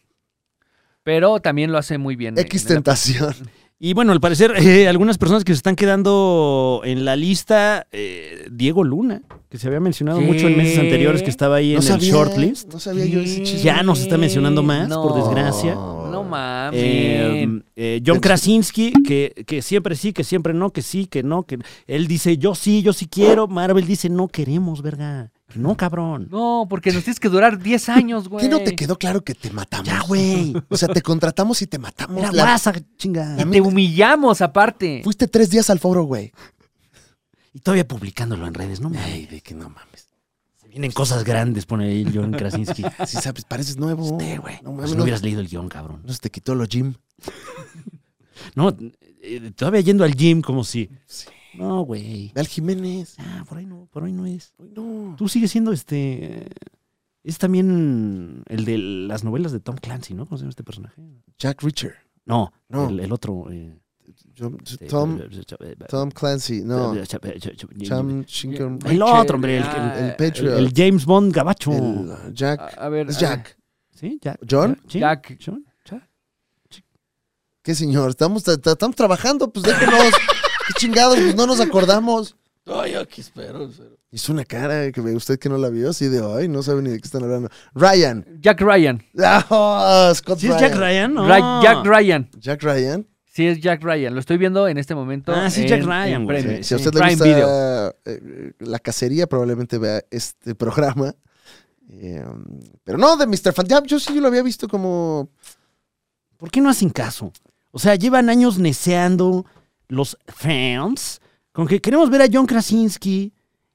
Pero también lo hace muy bien. en- X en la- Tentación. Y bueno, al parecer, eh, algunas personas que se están quedando en la lista, eh, Diego Luna, que se había mencionado ¿Qué? mucho en meses anteriores, que estaba ahí No en sabía, el shortlist. No sabía yo ese chisme. Ya no se está mencionando más, por No. desgracia. Em, No mames. Eh, eh, John Krasinski, que, que siempre sí, que siempre no, que sí, que no, que él dice yo sí, yo sí quiero. Marvel dice no queremos, verga. Que No, cabrón. no, porque nos tienes que durar 10 años, güey. ¿Qué no te quedó claro que te matamos? Ya, güey. O sea, te contratamos y te matamos. Mira, La- guasa, chinga. la- Te humillamos aparte. Fuiste tres días al foro, güey. Y todavía publicándolo en redes, no mames. Ay, de que no mames. Se vienen cosas grandes, pone ahí John Krasinski. Si sabes, pareces nuevo. Eh, güey, No pues mames, no, no- hubieras leído el guión, cabrón. no se te quitó lo gym. No, eh, todavía yendo al gym como si. No, güey. Ve al Jiménez. Ah, por ahí no, por ahí no es. No. Tú sigues siendo este. eh, Es también el de las novelas de Tom Clancy, ¿no? ¿Cómo se llama este personaje? Jack Reacher. No, No. El, el otro. eh, Yo- este, Tom, eh, eh, Tom Clancy. No. eh, eh, eh, Cham Chinker. El otro, hombre, el- el- El El, Patriot. el James Bond gabacho. el uh, Jack. Ah, A, a ver. Es a ver. Jack. ¿Sí? Jack. ¿John? ¿Sí? Jack. ¿John? Jack. ¿Qué señor? Estamos, tra- tra- estamos trabajando, pues déjenos. Qué chingados, pues no nos acordamos. No, yo aquí espero. espero. Hizo una cara que ve usted que no la vio, así de hoy, no sabe ni de qué están hablando. Ryan. Jack Ryan. Ah, Scott ¿Sí es Jack Ryan? No. Ra- Jack Ryan. Jack Ryan. Sí, es Jack Ryan. Lo estoy viendo en este momento. Ah, sí, en- Jack Ryan, en güey. Sí, Prime- si a usted le Prime gusta Video. eh, la cacería, probablemente vea este programa. Eh, pero no, de Mr. Fan. ya, Yo sí yo lo había visto como. ¿Por qué no hacen caso? O sea, llevan años neceando los fans con que queremos ver a John Krasinski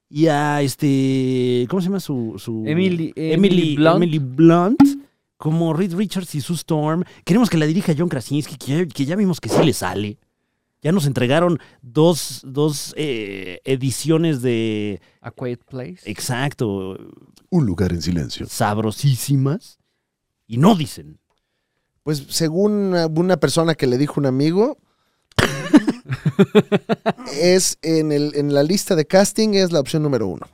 y a este. ¿Cómo se llama su. su- Emily- Emily Emily Blunt. Emily Blunt, Como Reed Richards y Sue Storm. Queremos que la dirija John Krasinski, que ya, que ya vimos que sí le sale. Ya nos entregaron dos, dos eh, ediciones de. A Quiet Place. Exacto. Un lugar en silencio. Sabrosísimas. Y no dicen. Pues según eh, una persona que le dijo un amigo, es en, el, en la lista de casting es la opción número uno.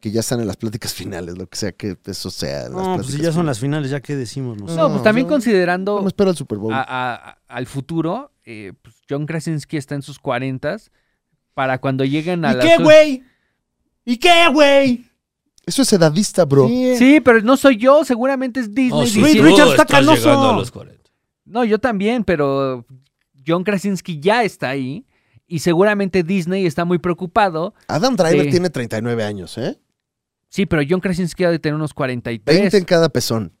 Que ya están en las pláticas finales, lo que sea que eso sea. las No, pues si pláticas ya son finales. las finales, ya qué decimos nosotros. No, pues también yo- No considerando me espero el Super Bowl. a- a- a- al futuro, eh, pues, John Krasinski está en sus 40 para cuando lleguen a ¿Y la... qué, güey? ¿Y qué, güey? Eso es edadista, bro. Sí, eh. pero no soy yo, seguramente es Disney. No, Oh, sí, Reed tú diciendo- Richards está estás canoso. llegando a los 40. No, yo también, pero John Krasinski ya está ahí y seguramente Disney está muy preocupado. Adam Driver Sí. tiene 39 años, ¿eh? Sí, pero John Krasinski ha de tener unos 20 en 43, cada pezón.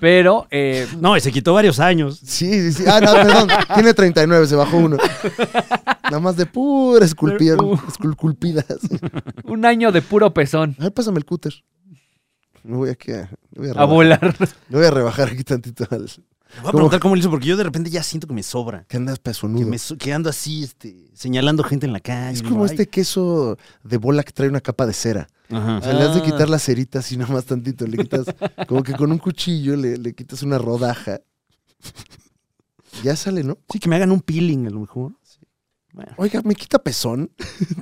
pero eh, No, y se quitó varios años. Sí, sí, sí. Ah, no, perdón. tiene 39, se bajó uno. Nada más de pura esculpida. Esculpidas. un año de puro pezón Ay, pásame el cúter. Me voy aquí a. me voy a a rebajar. volar. Me voy a rebajar aquí tantito. al- Le voy a preguntar cómo le hizo, porque yo de repente ya siento que me sobra. que andas Que, pezonudo. me so- que ando así, este, señalando gente en la calle. Es digo, como "Ay". este queso de bola que trae una capa de cera. Ajá. O sea, le has de Ah. quitar las ceritas y nada más tantito. Le quitas, como que con un cuchillo le, le quitas una rodaja. Ya sale, ¿no? Sí, que me hagan un peeling a lo mejor. Bueno, Oiga, me quita pezón.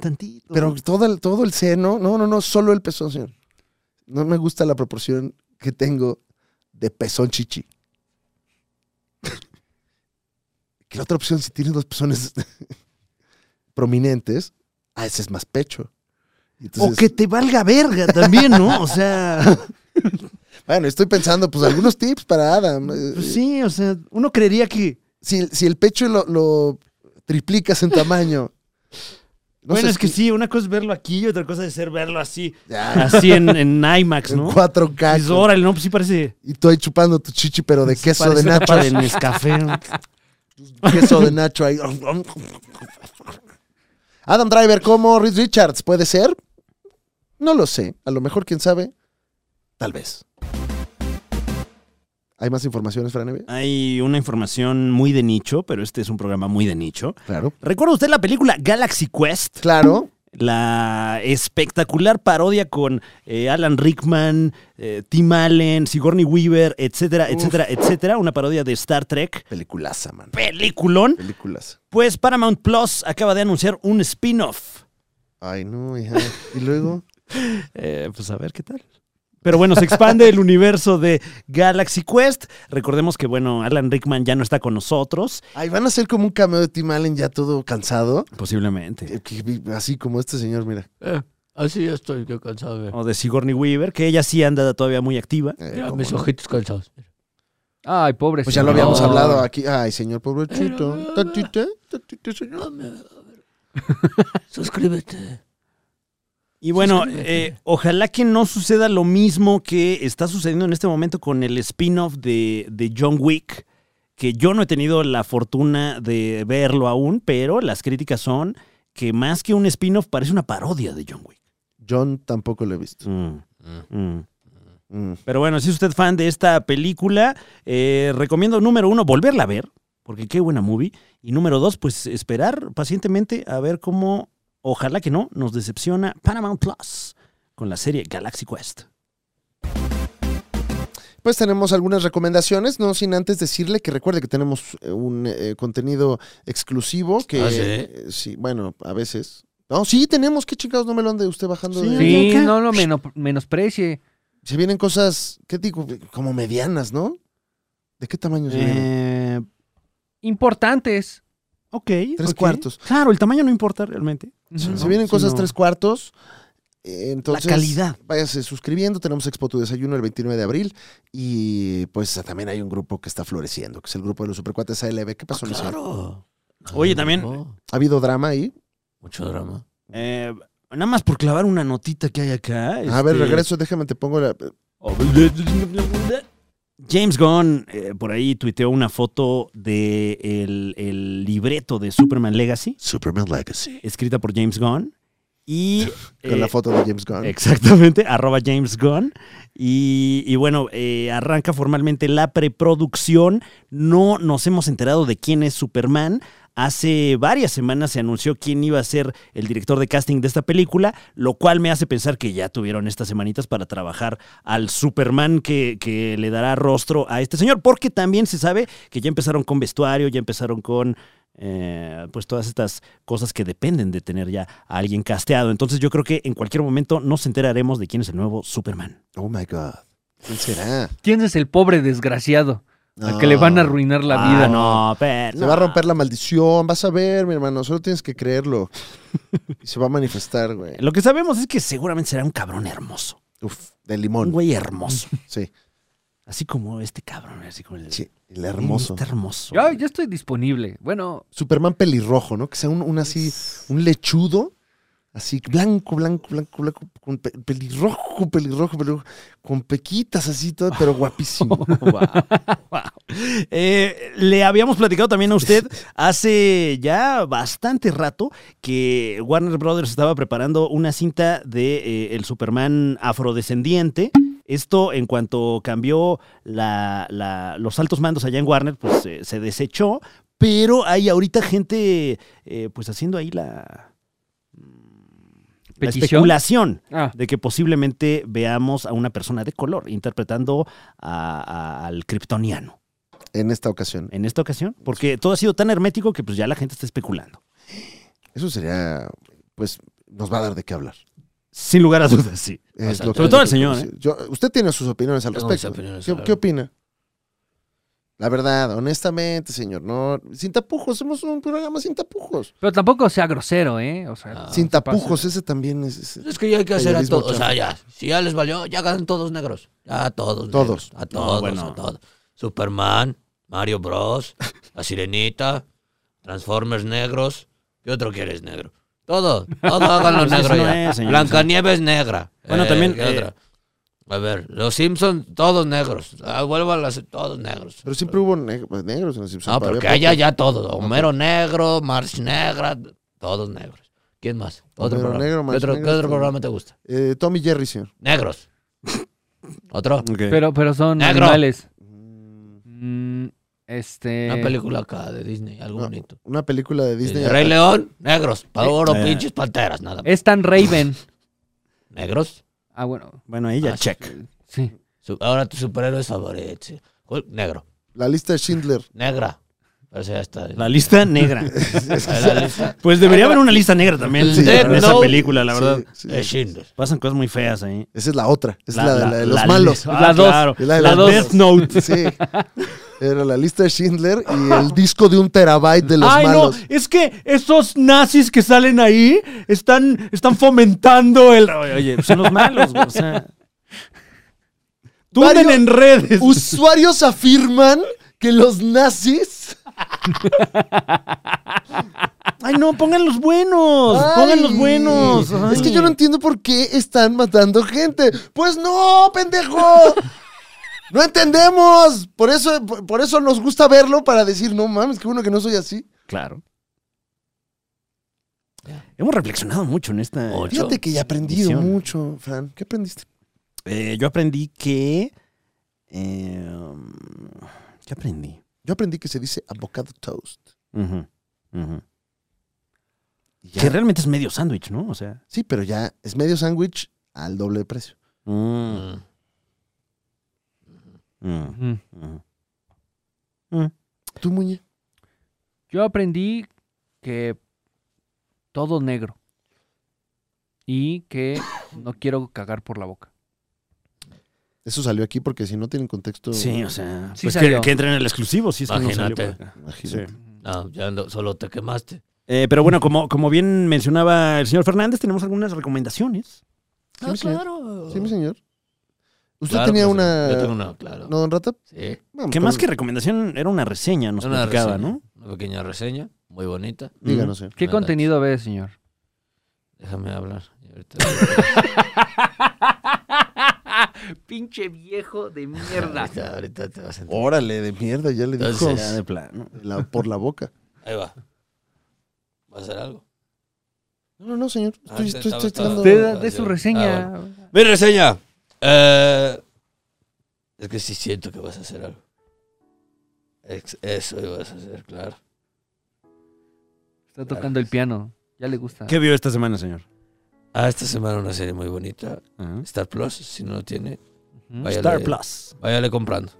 tantito. Pero todo el, todo el seno, no, no, no, solo el pezón, señor. No me gusta la proporción que tengo de pezón chichi. Que la otra opción, si tienes dos pezones prominentes, ah, ese es más pecho. Y o entonces, que te valga verga también, ¿no? O sea, Bueno, estoy pensando, pues, algunos tips para Adam. Eh, pues sí, o sea, uno creería que. Si, si el pecho lo, lo triplicas en tamaño. no bueno, sé, es que si- sí, una cosa es verlo aquí y otra cosa es ser verlo así. Ya, Así en, en IMAX, en ¿no? cuatro Dices, cachos. órale, no, pues sí parece. Y tú ahí chupando tu chichi, pero Pues de queso de parece tapa nachos. de Nescafé. ¿no? queso de Nacho ahí. Adam Driver como Reed Richards, ¿puede ser? No lo sé. A lo mejor, quién sabe. Tal vez. ¿Hay más informaciones, Franevia? Hay una información muy de nicho, pero este es un programa muy de nicho. Claro. ¿Recuerda usted la película Galaxy Quest? Claro. La espectacular parodia con eh, Alan Rickman, eh, Tim Allen, Sigourney Weaver, etcétera, etcétera, etcétera. Una parodia de Star Trek. Peliculaza, man. Peliculón. Peliculaza. Pues Paramount Plus acaba de anunciar un spin-off. Ay, no, hija. Y luego. Eh, pues a ver qué tal. Pero bueno, se expande el universo de Galaxy Quest. Recordemos que, bueno, Alan Rickman ya no está con nosotros. Ay, van a hacer como un cameo de Tim Allen ya todo cansado. Posiblemente. Eh, que- Así como este señor, mira. Eh, así estoy, que cansado. eh. O de Sigourney Weaver, que ella sí anda todavía muy activa. Eh, Mira cómo mis no. ojitos cansados. Ay, pobre. Pues ya lo señor. habíamos No. hablado aquí. Ay, señor Pero- pobrecito. Tantito, tantito, señor. Suscríbete. Y bueno, Suscríbete. eh, ojalá que no suceda lo mismo que está sucediendo en este momento con el spin-off de, de John Wick, que yo no he tenido la fortuna de verlo aún, pero las críticas son que más que un spin-off parece una parodia de John Wick. John tampoco lo he visto. Mm. Mm. Pero bueno, si es usted fan de esta película, eh, recomiendo número uno, volverla a ver, porque qué buena movie. Y número dos, pues esperar pacientemente a ver cómo, ojalá que no, nos decepciona Paramount Plus con la serie Galaxy Quest. Pues tenemos algunas recomendaciones, no sin antes decirle que recuerde que tenemos eh, un eh, contenido exclusivo que Ah, ¿sí? eh, sí, bueno, a veces. No, sí tenemos, qué chingados no me lo ande usted bajando. de- Sí, Acá. no lo meno- menosprecie. Se vienen cosas, ¿qué digo? Como medianas, ¿no? ¿De qué tamaño se vienen? Eh, Importantes. ok. Tres ok. cuartos. Claro, el tamaño no importa realmente. Ujú. Se vienen Sí, cosas no. tres cuartos. eh, Entonces, la calidad. váyase suscribiendo. Tenemos Expo Tu Desayuno el 29 de abril. Y pues también hay un grupo que está floreciendo, que es el grupo de los Supercuates ALB. ¿Qué pasó, mi señor? Claro. Oye, también- Oh, ¿Ha habido drama ahí? Mucho drama. Eh, nada más por clavar una notita que hay acá. A ver, este, regreso, déjame, te pongo la. James Gunn eh, por ahí tuiteó una foto de el, el libreto de Superman Legacy, Superman Legacy. escrita por James Gunn. Y. Con la eh, foto de James Gunn. Exactamente, arroba James Gunn. Y, y bueno, eh, arranca formalmente la preproducción. No nos hemos enterado de quién es Superman. Hace varias semanas se anunció quién iba a ser el director de casting de esta película, lo cual me hace pensar que ya tuvieron estas semanitas para trabajar al Superman que, que le dará rostro a este señor, porque también se sabe que ya empezaron con vestuario, ya empezaron con eh, pues todas estas cosas que dependen de tener ya a alguien casteado. Entonces yo creo que en cualquier momento nos enteraremos de quién es el nuevo Superman. Oh my God. ¿Quién será? ¿Quién es el pobre desgraciado? Al que le van a arruinar la Ah, vida. no, pero- Se va a romper la maldición. Vas a ver, mi hermano. Solo tienes que creerlo. y se va a manifestar, güey. Lo que sabemos es que seguramente será un cabrón hermoso. Uf, de Un limón. güey hermoso. Sí, Así como este cabrón, así como el, sí. El hermoso. Está hermoso. Yo, yo estoy disponible. Bueno, Superman pelirrojo, ¿no? Que sea un, un así, un lechudo, así, blanco, blanco, blanco, blanco, con pe- pelirrojo, pelirrojo, pelirrojo, con pequitas así, todo, pero guapísimo. Eh, le habíamos platicado también a usted hace ya bastante rato que Warner Brothers estaba preparando una cinta de eh, el Superman afrodescendiente. Esto en cuanto cambió la- la- los altos mandos allá en Warner, pues eh, se desechó. Pero hay ahorita gente eh, pues haciendo ahí la, mm, la Petición. especulación ah, de que posiblemente veamos a una persona de color interpretando a- a- al kryptoniano En esta ocasión. en esta ocasión, porque todo ha sido tan hermético que pues ya la gente está especulando. Eso sería, pues, nos va a dar de qué hablar. Sin lugar a dudas, sí. Es sea, lo que sobre yo todo el te puedo señor, ¿eh? decir. Yo- usted tiene sus opiniones al Tengo respecto. mis opiniones, ¿Qué, claro. qué opina? La verdad, honestamente, señor, no, sin tapujos, somos un programa sin tapujos. pero tampoco sea grosero, ¿eh? O sea, Ah, sin no pasa. tapujos, ese también es, es- Es que ya hay que hacer a Periodismo todos. O sea, ya. Si ya les valió, ya ganan todos negros. Ya a todos. Todos. negros, a todos. bueno. A todos. Superman, Mario Bros, La Sirenita, Transformers negros. ¿Qué otro quieres negro? Todo. Todo háganlo Pues eso negro no ya. es, señor. Blancanieves negra. Bueno, también, ¿qué eh, otra? A ver, los Simpsons, todos negros. Ah, vuelvan a ser todos negros. Pero siempre hubo neg- pues, negros en los Simpsons. No, Había porque allá pocos. ya todos. Homero negro, Marge negra, todos negros. ¿Quién más? Otro Homero programa. negro, ¿Qué Marge otro- negro, ¿Qué otro todo. programa te gusta? Eh, Tommy Jerry, señor. Negros. Otro. Pero, pero son Negro. animales. Mm, este. Una película acá de Disney, algo bonito. Una película de Disney. Rey León, negros. Pavoro, Eh. pinches panteras, nada más. Es tan Raven. Negros. Ah, bueno. Bueno, ahí ya Ah, check. Sí. Su- ahora tu superhéroe favorito. Hulk, negro. La lista de Schindler. Negra. O sea, está. La lista negra. la lista. Pues debería haber una lista negra también Sí. en esa Note. película, la verdad. Sí, sí. Es Schindler. Pasan cosas muy feas ahí. Esa es la otra. Es la, de- la de los malos. Ah, La dos. claro. Es la de La los Death malos. Note. Sí. Era la lista de Schindler y el disco de un terabyte de los Ay, malos. no, es que esos nazis que salen ahí están, están fomentando el. Oye, oye, pues, son los malos, güey, o sea. Tunden Varios- en redes. Usuarios afirman que los nazis. Ay, no, pongan los buenos. Pongan los Ay, buenos. Ay. Es que yo no entiendo por qué están matando gente. Pues no, pendejo. No entendemos. Por eso, por por eso nos gusta verlo para decir, no mames, qué bueno que no soy así. Claro. Hemos reflexionado mucho en esta. Ocho. Fíjate que ya he aprendido Visión. mucho, Fran. ¿Qué aprendiste? Eh, yo aprendí que. eh, um, ¿Qué aprendí? Yo aprendí que se dice avocado toast. Ujú, ujú. Que realmente es medio sándwich, ¿no? O sea. Sí, pero ya es medio sándwich al doble de precio. mm, Mm. mm, Ujú. ujú. ¿Tú, Muñe? Yo aprendí que todo negro y que no quiero cagar por la boca. Eso salió aquí porque si no tienen contexto. Sí, o sea. Sí pues que, salió. que entren en el exclusivo, sí, es que no salió Imagínate. por acá. Imagínate. Sí. No, ya no, solo te quemaste. Eh, pero bueno, como, como bien mencionaba el señor Fernández, tenemos algunas recomendaciones. Sí, No, mi señor. claro. Sí, mi señor. Usted Claro tenía que sí. una. Yo tengo una, claro. ¿No, don Rata? pues, Sí. Vamos Que con- más que recomendación era una reseña, nos Una platicaba, reseña, ¿no? Una pequeña reseña, muy bonita. Díganos, señor. ¿Qué Nada, contenido ves, señor? Déjame hablar. Y ahorita- Pinche viejo de ahorita, ahorita te vas a enterar. Órale, de mierda, ya le dijo. Entonces- Ya de plano. La- por la boca. Ahí va. ¿Va a hacer algo? No, no, no, señor. Estoy, Ah, sí, estoy, estaba- estoy estaba- tratando. De, Ah, de sí. su reseña. Ah, Mi reseña. Eh, es que sí siento que vas a hacer algo. Ex- Eso ibas a hacer, claro. Está tocando el piano. Ya le gusta. ¿Qué vio esta semana, señor? Ah, esta semana una serie muy bonita. Ajá. Star Plus, si no lo tiene, Ujú. Vaya. Star le- Plus. váyale comprando.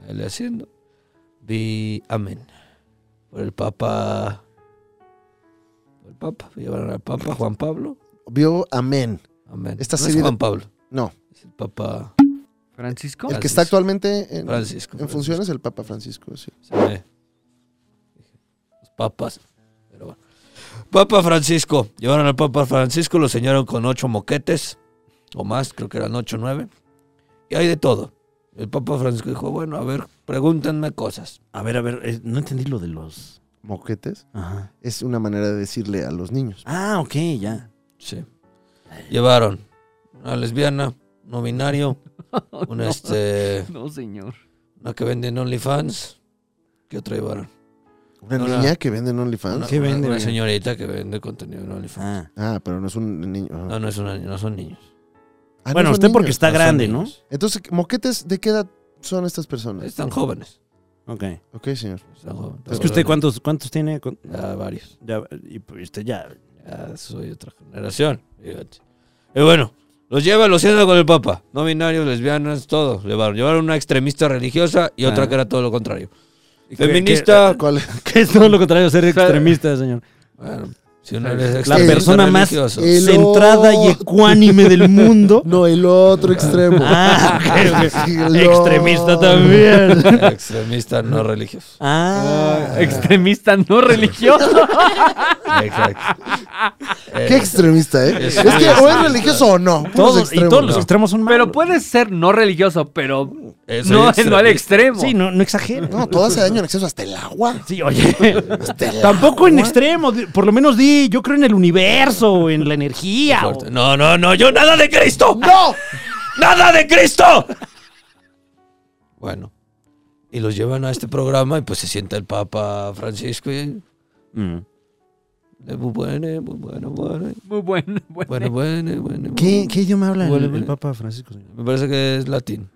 Váyale haciendo. Vi Amén. Por el Papa. Por el Papa. Llevaron al Papa Juan Pablo. Vio Amén. Amén. Esta no serie es de- Juan Pablo. No, Es el Papa ¿Francisco? el que está actualmente en, Francisco. en funciones, el Papa Francisco. sí. Se me- Los papas. Pero bueno. Papa Francisco. Llevaron al Papa Francisco, lo señaron con ocho moquetes. O más, creo que eran ocho o nueve. Y hay de todo. El Papa Francisco dijo, bueno, a ver, pregúntenme cosas. A ver, a ver, eh, no entendí lo de los. Moquetes Ajá. es una manera de decirle a los niños. Ah, ok, ya. Sí. Llevaron una lesbiana, no binario, una, este, No, señor. una que vende en OnlyFans. ¿Qué otra llevaron? Una Hola. niña que vende en Una, OnlyFans. ¿Qué una- Ah, vende, una oye? señorita que vende contenido en OnlyFans. Ah. Ah, pero no es un niño. ajá. No, no, es una, no son niños. Ah, no Bueno, son usted porque niños. está No son grande, ¿no? niños. Entonces, ¿moquetes de qué edad son estas personas? Pues, Están jóvenes. Ok. Ok, señor. Está joven, está Es que usted, joven. ¿cuántos, cuántos tiene? Cu- Ya varios. Ya, y pues, usted ya. Ya soy otra generación. fíjate. Y bueno, los lleva, los sienta con el Papa. No binarios, lesbianas, todo. Llevaron, llevaron una extremista religiosa y otra Ah. que era todo lo contrario. Feminista. ¿Cuál? Que es todo lo contrario de ser extremista, señor. Bueno, si uno El- es La extremista persona más religioso. El centrada y otro. ecuánime del mundo. No, el otro extremo. Ah, ok, ok. Sí, el Extremista otro. también. extremista no religioso. Ah, Extremista no religioso. Exacto. Qué extremista, ¿eh? Es Es- que o es religioso o no. puros todos, y extremos. todos los extremos son malos. Pero puedes ser no religioso, pero Eh, soy no, no extremista. al extremo. Sí, no, no exagero. No, todo hace daño en exceso, hasta el agua. Sí, oye. Tampoco en extremo. di- Por lo menos di, yo creo en el universo, en la energía. o- Fuerte. No, no, no, yo nada de Cristo. ¡No! ¡Nada de Cristo! Bueno, y los llevan a este programa y pues se sienta el Papa Francisco y... Mm. eh, Muy bueno, muy bueno, bueno. Muy bueno. bueno. Bueno, bueno, bueno. ¿Qué, qué idioma habla el, Huele el bien. Papa Francisco? señor? Me parece que es latín.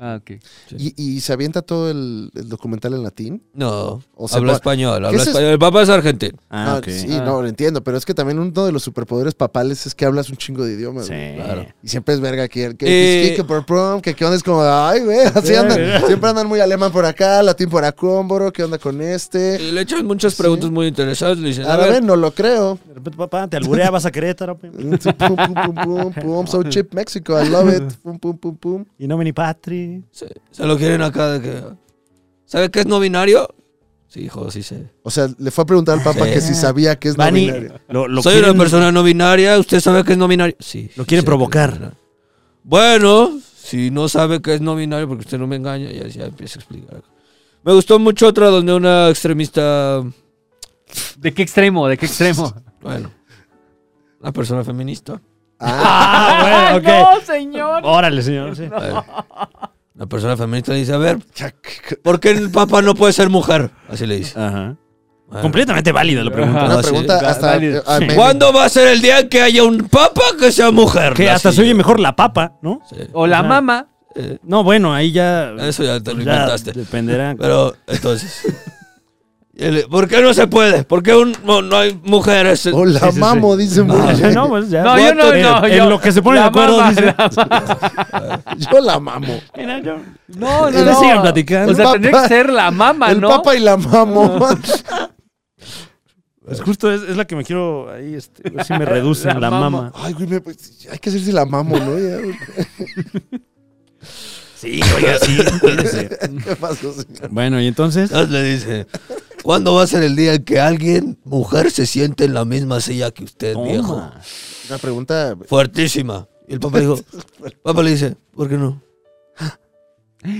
Ah, ok. Y, y se avienta todo el, el documental en latín. No, O sea, habla pa- español, habla es eso? español. El papá es argentino. Ah, No, ok. Sí, Ah. no, lo entiendo, pero es que también uno de los superpoderes papales es que hablas un chingo de idiomas. Sí. güey. Claro. Y siempre es verga que, que, Eh. que, que por prom, que qué onda es como, ay, güey, así andan. Siempre andan muy alemán por acá, latín por acá, bro, qué onda con este. Y le echan muchas preguntas muy interesantes. Le dicen, a Árabe, ver, no lo creo. De repente, papá, te albureabas a Querétaro. pe. Pum, pum, pum, pum, pum, so cheap Mexico, I love it. Pum, pum, pum, pum. Y no ni patri. se, se lo quieren acá de que... ¿Sabe qué es no binario? Sí, hijo, sí sé. O sea, le fue a preguntar al papá Sí. que si sabía que es no Vani, binario. lo, lo Soy quieren- una persona no binaria, ¿usted sabe qué es no binario? Sí. Lo sí quieren sé provocar. que es no binario. Bueno, si no sabe qué es no binario, porque usted no me engaña, ya, ya empieza a explicar. Me gustó mucho otra donde una extremista, ¿De qué extremo? ¿De qué extremo? bueno, una persona feminista, Ah, bueno, ok. ¡No, señor! Órale, señor. sí. una persona feminista dice, a ver, Ya, qué- qué- ¿por qué el papa no puede ser mujer? Así le dice. Ajá. Bueno. Completamente válida la pregunta. Una Ah, sí. pregunta hasta. Válido. ah, Sí. maybe. ¿Cuándo va a ser el día que haya un papa que sea mujer? Que hasta Así. se oye mejor la papa, ¿no? Sí. O la Ajá. mamá. Eh, No, bueno, ahí ya. Eso ya te lo ya inventaste. Dependerá. Pero entonces, el- ¿por qué no se puede? ¿Por qué un- no, no hay mujeres? O la Sí, sí, mamo, dicen. Ah, güey. no, pues ya. No, yo no, En- no. en yo- lo que se ponen de la acuerdo, mamá, dice- la mamá. Yo la mamo. Mira, yo- No, no, Ustedes no. sigan platicando. O sea, El tendría papa- que ser la mamá, El ¿no? papa y la mamo. Es justo, es, es la que me quiero. Ahí, este, a ver si me reducen la, La mama. mama. Ay, güey, me- pues, hay que hacerse la mamo, ¿no? Ya, güey. Sí, oiga, sí, cuídese. ¿Qué pasó, señor? Bueno, y entonces. Entonces le dice, ¿cuándo va a ser el día en que alguien, mujer, se siente en la misma silla que usted, viejo? Toma. Una pregunta. Fuertísima. Y el papá dijo, el papá le dice, ¿por qué no?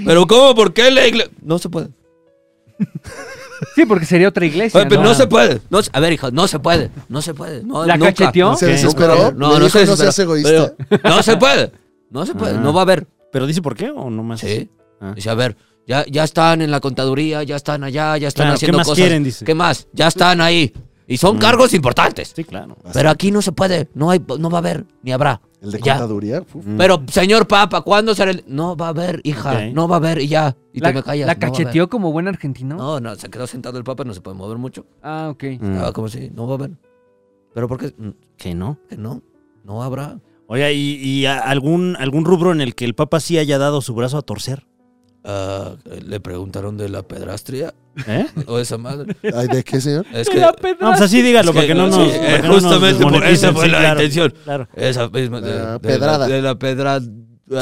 ¿Pero cómo? ¿Por qué la iglesia? No se puede. Sí, porque sería otra iglesia. Oye, pero ¿no? no se puede. No se- a ver, hijo, no se puede. No se puede. No, ¿La nunca. cacheteó? ¿Se Ok, desesperó? No, Le no, dijo, se desespera. seas egoísta. Pero, No se puede. No se puede. Ah. No va a haber. ¿Pero dice por qué o no más? Sí. Ah. Dice, a ver, ya, ya están en la contaduría, ya están allá, ya están Claro, ¿qué haciendo más cosas. quieren? Mm. Dice. ¿Qué más? Ya están ahí. Y son cargos importantes. Sí, claro. Pero aquí no se puede. No, hay, no va a haber, ni habrá. El de Ya. contaduría. uf. Pero, señor Papa, ¿cuándo será el.? No va a haber, hija. Mm. Ok. No va a haber y ya. Y ¿La, te me callas. la no va a haber. cacheteó como buen argentino? No, no, se quedó sentado el Papa, no se puede mover mucho. Ah, ok. Mm. Estaba como si, no va a haber. Pero ¿por qué? Mm, Que no. que no, no habrá. Oiga, ¿y, y a- algún, algún rubro en el que el Papa sí haya dado su brazo a torcer? Ah, le preguntaron de la pedrastría ¿Eh? o esa madre. Ay, ¿De qué, señor? Es que. No, pues así dígalo, Es para que, que no sí, nos. eh, para que no nos justamente por desmoneticen, esa fue sí, la claro, intención. Claro. Esa misma. De, La de pedrada. De la pedra. Sí,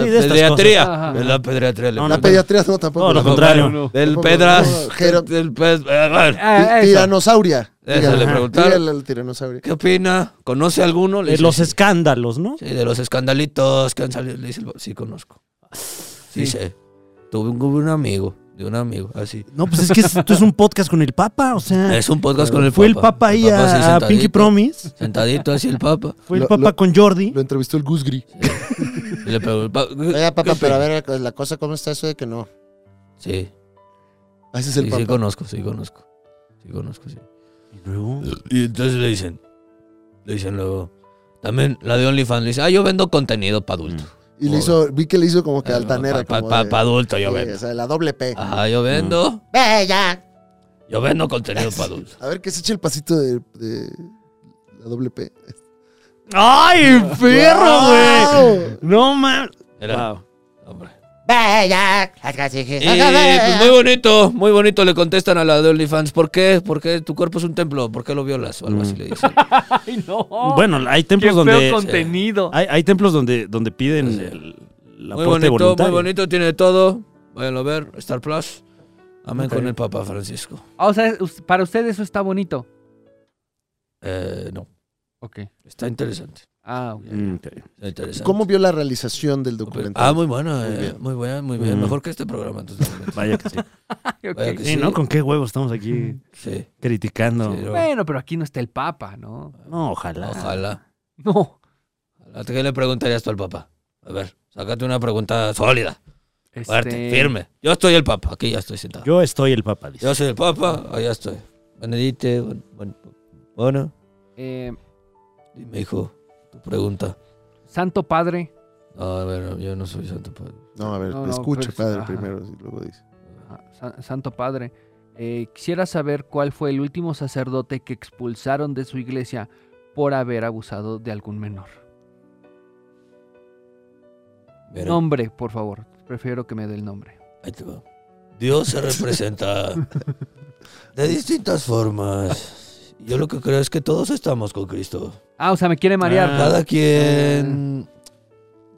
de estas pediatría. cosas. De la pediatría. le No, no, La preguntaron. pediatría no tampoco. No, La no. ti- contrario. Del No, pedras. no, Jero- Del pez. eh, bueno, Ah, eso. Tiranosauria. Eso Dígale. le preguntaron. Dígale al tiranosaurio. ¿Qué opina? ¿Conoce alguno? Le De dice, Eh, los sí. escándalos, ¿no? Sí, de los escandalitos que han salido. Le dice, el bo- sí, conozco. Sí, sé. Tuve un, un amigo. De un amigo, así. No, pues es que esto es un podcast con el Papa, o sea. Es un podcast Eh, con el Ah, fue el Papa. Papa ahí Papa así a- a, sentadito, Pinky Promise. Sentadito así el Papa. Fue el Lo- Papa lo- con Jordi. Lo entrevistó el Gusgri. Y le preguntó. Oiga, papá, pero a ver, la cosa, ¿cómo está eso de que no? Sí, Ah, Ese es sí, el sí, papá. conozco, sí, conozco. Sí, conozco, sí. Y luego, Y entonces le dicen, le dicen luego, también la de OnlyFans, le dice, ah, yo vendo contenido para adulto. Y le hizo, vi que le hizo como que Ah, altanera. Para como de- adulto yo Sí, vendo. O sea, la doble P. Ajá, yo vendo, Bella. yo vendo contenido para adulto. A ver, que se eche el pasito de, de la doble P. ¡Ay, perro, güey! ¡Wow! No mames. Era, Wow. hombre. Bella. Y pues, muy bonito, muy bonito le contestan a la de OnlyFans, ¿por qué? ¿Por qué tu cuerpo es un templo? ¿Por qué lo violas? O algo así le dicen. Ay, no. Bueno, hay qué templos feo donde. contenido. Hay, hay templos donde, donde piden el, la Muy aporte bonito, voluntario. muy bonito, tiene de todo. Váyanlo a ver, Star Plus. Amén con el Papa Francisco. Ah, o sea, us- para usted eso está bonito. Eh, no, Ok. está interesante. Ah, ok. Mm, ok. Está interesante. ¿Cómo vio la realización del documental? Ah, muy buena, Muy eh, bien. muy buena, muy bien. Mm. Mejor que este programa, entonces. obviamente. Vaya que sí. Ok. Vaya que Sí, ¿no? ¿Con qué huevos estamos aquí Sí, criticando? sí, no. Bueno, pero aquí no está el papa, ¿no? No, ojalá. Ojalá. No. Ojalá. ¿Qué le preguntarías tú al papá? A ver, sácate una pregunta sólida, fuerte, Este, firme. Yo estoy el papá, aquí ya estoy sentado. Yo, Yo estoy el Papa, dice. soy el papá, allá estoy. Benedite, bueno, bueno, bueno. eh, dime hijo, tu pregunta. Santo Padre. No, bueno, yo no soy santo padre. No, a ver, No, no, escuche, pues, padre, ajá. primero, y luego dice. Ah, San- Santo Padre, eh, quisiera saber cuál fue el último sacerdote que expulsaron de su iglesia por haber abusado de algún menor. Mira, Nombre, por favor. Prefiero que me dé el nombre. ahí te va. Dios se representa de distintas formas. Yo lo que creo es que todos estamos con Cristo. Ah, o sea, me quiere marear. Ah. Cada quien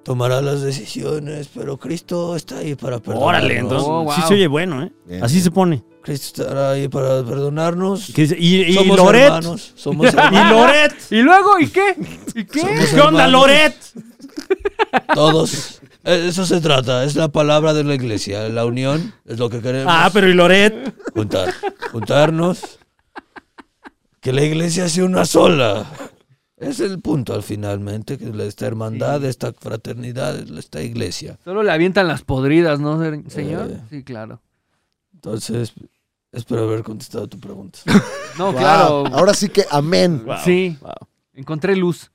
tomará las decisiones, pero Cristo está ahí para perdonarnos. Órale, entonces. Oh, Sí wow. se oye bueno, ¿eh? Bien. Así se pone. Cristo estará ahí para perdonarnos. Que dice, Y, y somos Loret. hermanos. Somos Y hermanos. Loret. ¿Y luego? ¿Y qué? ¿Y qué? somos ¿Qué onda, hermanos, Loret? Todos. Eh, Eso se trata. Es la palabra de la iglesia. La unión es lo que queremos. Ah, pero y Loret. Juntar. Juntarnos. Que la iglesia sea una sola. Es el punto al finalmente, que esta hermandad, esta fraternidad, esta iglesia. Solo le avientan las podridas, ¿no, ser- señor? Eh. Sí, claro. Entonces, espero haber contestado tu pregunta. No, Wow, claro. Ahora sí que amén. Wow, Sí. wow. Encontré luz.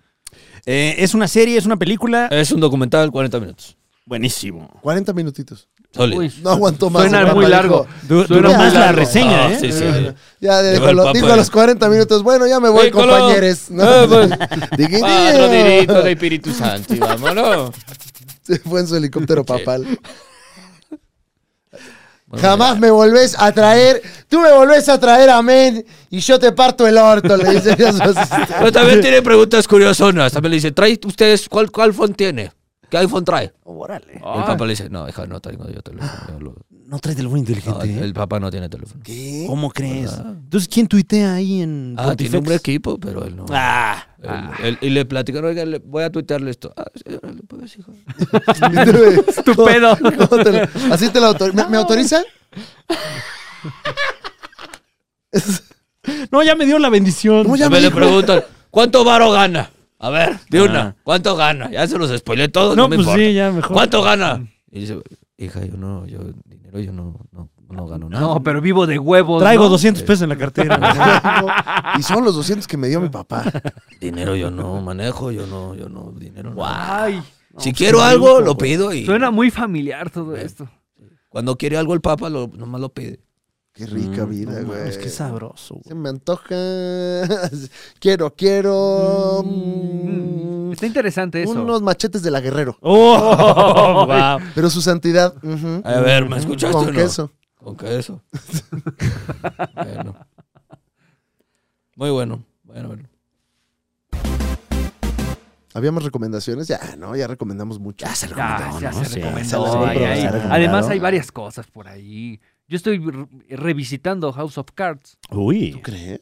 Eh, es una serie, es una película. es un documental, 40 minutos. buenísimo. 40 minutitos. Sólido. Uy, No aguantó más. Suena el Papa muy largo. dijo, Du- Suena Duró muy más la largo. reseña, Ah, ¿eh? Sí, sí. Ya de- Llegó con el lo- Papa. dijo a los 40 minutos, bueno, ya me voy, Oye, Colo. compañeros. No, Eh, pues. Diguidío. Ah, Cuatro diritos de Espíritu Santo y vámonos. Se fue en su helicóptero papal. Jamás me volvés a traer, tú me volvés a traer, amén, y yo te parto el orto, le dice a su asistente. Pero también tiene preguntas curiosas. También le dice, ¿trae ustedes cuál, cuál iPhone tiene? ¿Qué iPhone trae? Órale. El papá le dice, no, hija, no traigo yo teléfono. yo lo- No traes teléfono no, inteligente. ¿eh? el papá no tiene teléfono. ¿Qué? ¿Cómo crees? Entonces, ¿quién tuitea ahí en Ah, tiene un Pontifex? equipo, pero él no. Ah. Él- él- y le platicaron, oiga, le- voy a tuitearle esto. Ah, sí, órale, pues, hijo. Estupendo. Así te lo autoriza. ¿Me, me autoriza? No, ya me dio la bendición. ¿Cómo ya me También le dijo? preguntan, ¿cuánto varo gana? A ver, de Ah. una, ¿cuánto gana? Ya se los spoilé todos, no, No, me pues importa. sí, ya mejor. Mm. ¿Cuánto gana? Y dice, hija, yo no, yo dinero yo no, no, no gano nada. No, pero vivo de huevos. Traigo ¿no? 200 pesos en la cartera. Y son los 200 que me dio mi papá. Dinero yo no manejo, yo no, yo no, dinero no. Ay. Si quiero pues, algo, lo pido y Suena muy familiar todo esto. cuando quiere algo el Papa, lo, nomás lo pide. Qué rica vida, Mm, No, güey. es que sabroso. Se me antoja. Quiero, quiero. Mm, mm, Está interesante eso. unos machetes de la Guerrero. Oh, wow. Pero su santidad. ujú, A ver, ¿me escuchaste o con no? queso. Con queso. bueno. Muy bueno. Bueno, bueno. ¿Había más recomendaciones? Ya, no, ya recomendamos mucho. Ya se lo Ya, ya ¿no? se Sí. recomendó, Se la ay, ay. recomendaron. Además hay varias cosas por ahí. Yo estoy re- revisitando House of Cards. ¿Tú Uy. crees?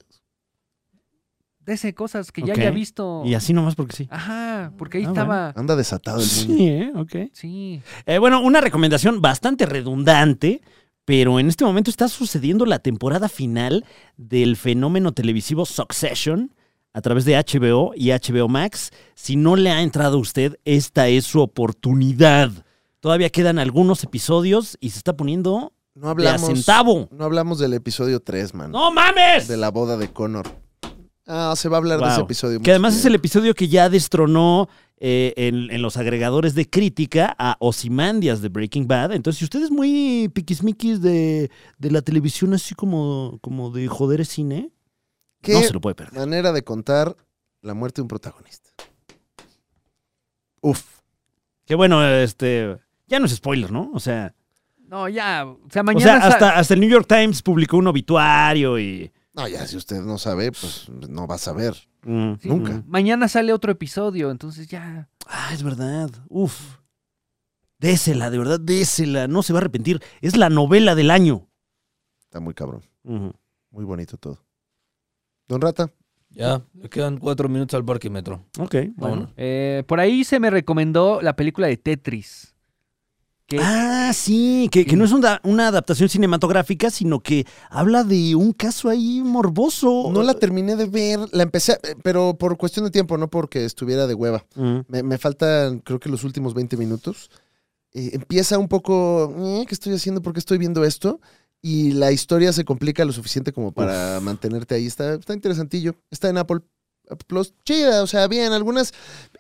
De esas cosas que Ok. ya había visto. Y así nomás porque sí. Ajá, porque ahí Ah, estaba. Anda desatado el mundo. Sí, ¿eh? Ok. Sí. Eh, bueno, una recomendación bastante redundante, pero en este momento está sucediendo la temporada final del fenómeno televisivo Succession a través de HBO y HBO Max. Si no le ha entrado a usted, esta es su oportunidad. Todavía quedan algunos episodios y se está poniendo No de a hablamos. centavo. No hablamos del episodio 3, man. ¡No mames! De la boda de Connor. Ah, se va a hablar de Wow. ese episodio. Que además es el episodio que ya destronó eh, en, en los agregadores de crítica a Osimandias de Breaking Bad. Entonces, si usted es muy piquismiquis de, de la televisión, así como, como de joder es cine, ¿Qué no se lo puede perder. manera de contar la muerte de un protagonista? Uf. Que bueno, este. Ya no es spoiler, ¿no? O sea, No, ya. O sea, o mañana. sea sa- hasta, hasta el New York Times publicó un obituario y. No, ya, si usted no sabe, pues no va a saber. mm, sí, nunca. mm. Mañana sale otro episodio, entonces ya. Ah, es verdad. Uf. Désela, de verdad, désela. No se va a arrepentir. Es la novela del año. Está muy cabrón. Ujú. Muy bonito todo. Don Rata, Ya, le quedan cuatro minutos al parquímetro. Ok, bueno. Vámonos. Eh, por ahí se me recomendó la película de Tetris. Que Ah, sí, que, que no es una, una adaptación cinematográfica, sino que habla de un caso ahí morboso. no la terminé de ver, la empecé, a- eh, pero por cuestión de tiempo, no porque estuviera de hueva. Mm. Me, me faltan, creo que los últimos 20 minutos. Eh, empieza un poco, "Eh, ¿qué estoy haciendo? ¿Por qué estoy viendo esto? Y la historia se complica lo suficiente como para mantenerte ahí. Está, está interesantillo. Está en Apple Apple eh, Plus. Chida, o sea, bien, algunas...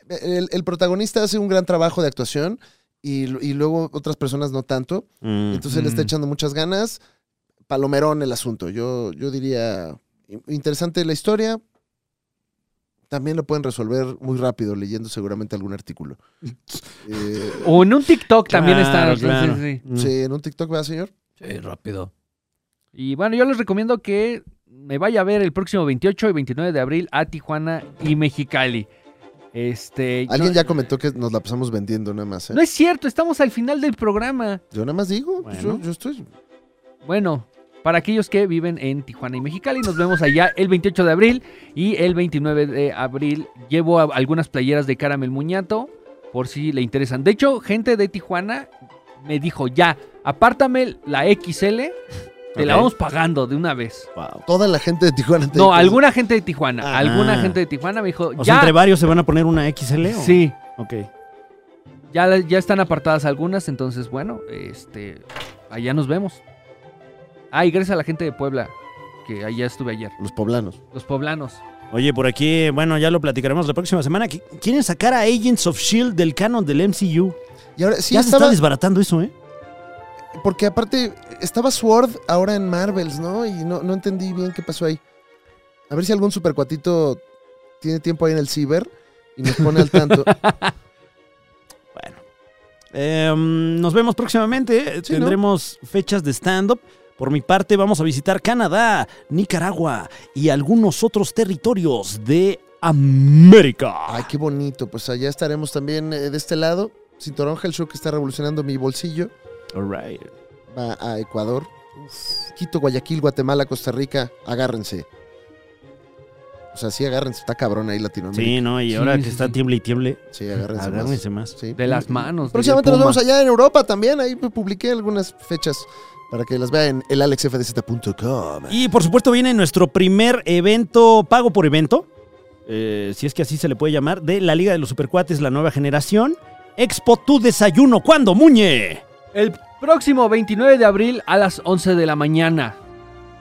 El, el protagonista hace un gran trabajo de actuación y, l- y luego otras personas no tanto. Mm. Entonces él está Mm. echando muchas ganas. Palomerón el asunto. Yo, yo diría, in- interesante la historia. También lo pueden resolver muy rápido leyendo seguramente algún artículo. Eh, O en un TikTok también Claro, está. claro. entonces, sí. Mm. sí, en un TikTok, ¿verdad, señor? Sí, rápido. Y bueno, yo les recomiendo que me vaya a ver el próximo 28 y 29 de abril a Tijuana y Mexicali. Este, Alguien no, ya comentó que nos la pasamos vendiendo nada más. ¿eh? no es cierto, estamos al final del programa. Yo nada más digo, pues, yo, Bueno. yo estoy... Bueno, para aquellos que viven en Tijuana y Mexicali, nos vemos allá el 28 de abril y el 29 de abril llevo a- algunas playeras de Caramel Muñato por si le interesan. De hecho, gente de Tijuana me dijo, ya, apártame la XL, te la Ok. vamos pagando de una vez. Wow. Toda la gente de Tijuana. te No, dijo- alguna gente de Tijuana, Este, pues, Ah. alguna gente de Tijuana me dijo, O sea, entre ya, varios se van a poner una XL. ¿o? sí, Ok. ya, la- ya están apartadas algunas, entonces bueno, este, allá nos vemos. Ah, y gracias a la gente de Puebla, que allá estuve ayer. Los poblanos. Los poblanos. Oye, por aquí, bueno, ya lo platicaremos la próxima semana. Qui- Quieren sacar a Agents of Shield E del canon del MCU. Y ahora sí ya se está estaba... desbaratando eso, ¿eh? Porque aparte, estaba Sword ahora en Marvels, ¿no? Y no, no entendí bien qué pasó ahí. A ver si algún supercuatito tiene tiempo ahí en el ciber y nos pone al tanto. Bueno. Em, nos vemos próximamente. Sí, ¿no? Tendremos fechas de stand-up. Por mi parte, vamos a visitar Canadá, Nicaragua y algunos otros territorios de América. Ay, qué bonito. Pues allá estaremos también eh, de este lado. Cintoronja, el show que está revolucionando mi bolsillo. All right. Va a Ecuador. Quito, Guayaquil, Guatemala, Costa Rica. Agárrense. O sea, sí, agárrense. Está cabrón ahí Latinoamérica. Sí, no, y Sí, ahora sí, que está sí. tiemble y tiemble, Sí, agárrense. más. agárrense más. Sí. De las manos. de Próximamente nos Puma. vemos allá en Europa también. Ahí publiqué algunas fechas para que las vean en elalexfdz.com. Y por supuesto viene nuestro primer evento pago por evento, eh, si es que así se le puede llamar, de la Liga de los Supercuates, la nueva generación. Expo Tu Desayuno, ¿cuándo, Muñe? El próximo 29 de abril a las 11 de la mañana.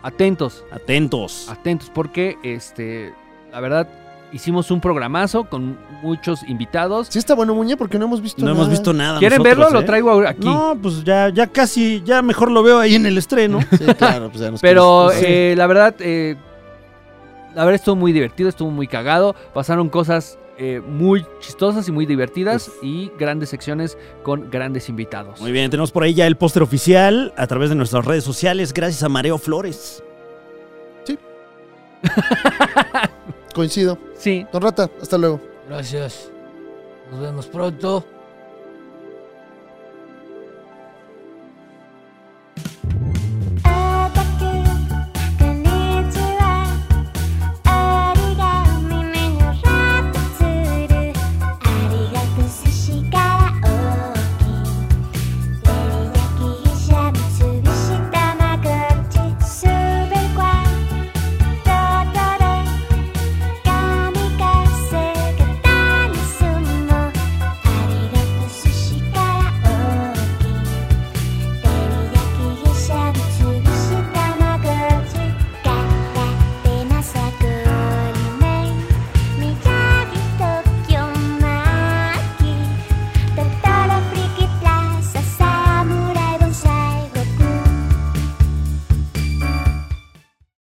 Atentos, Atentos. Ah, atentos, porque este, la verdad, hicimos un programazo con muchos invitados. Sí está bueno, Muñe, porque no hemos visto No nada. hemos visto nada. ¿Quieren nosotros, verlo? ¿eh? Lo traigo ahora aquí. No, pues ya, ya casi, ya mejor lo veo ahí en el estreno. Sí, claro, pues ya nos Pero conocemos. eh, la verdad, eh, la verdad estuvo muy divertido, estuvo muy cagado. Pasaron cosas eh, muy chistosas y muy divertidas y grandes secciones con grandes invitados. Muy bien, tenemos por ahí ya el póster oficial a través de nuestras redes sociales, gracias a Mareo Flores. Coincido. Sí, Don Rata, hasta luego. Gracias. Nos vemos pronto.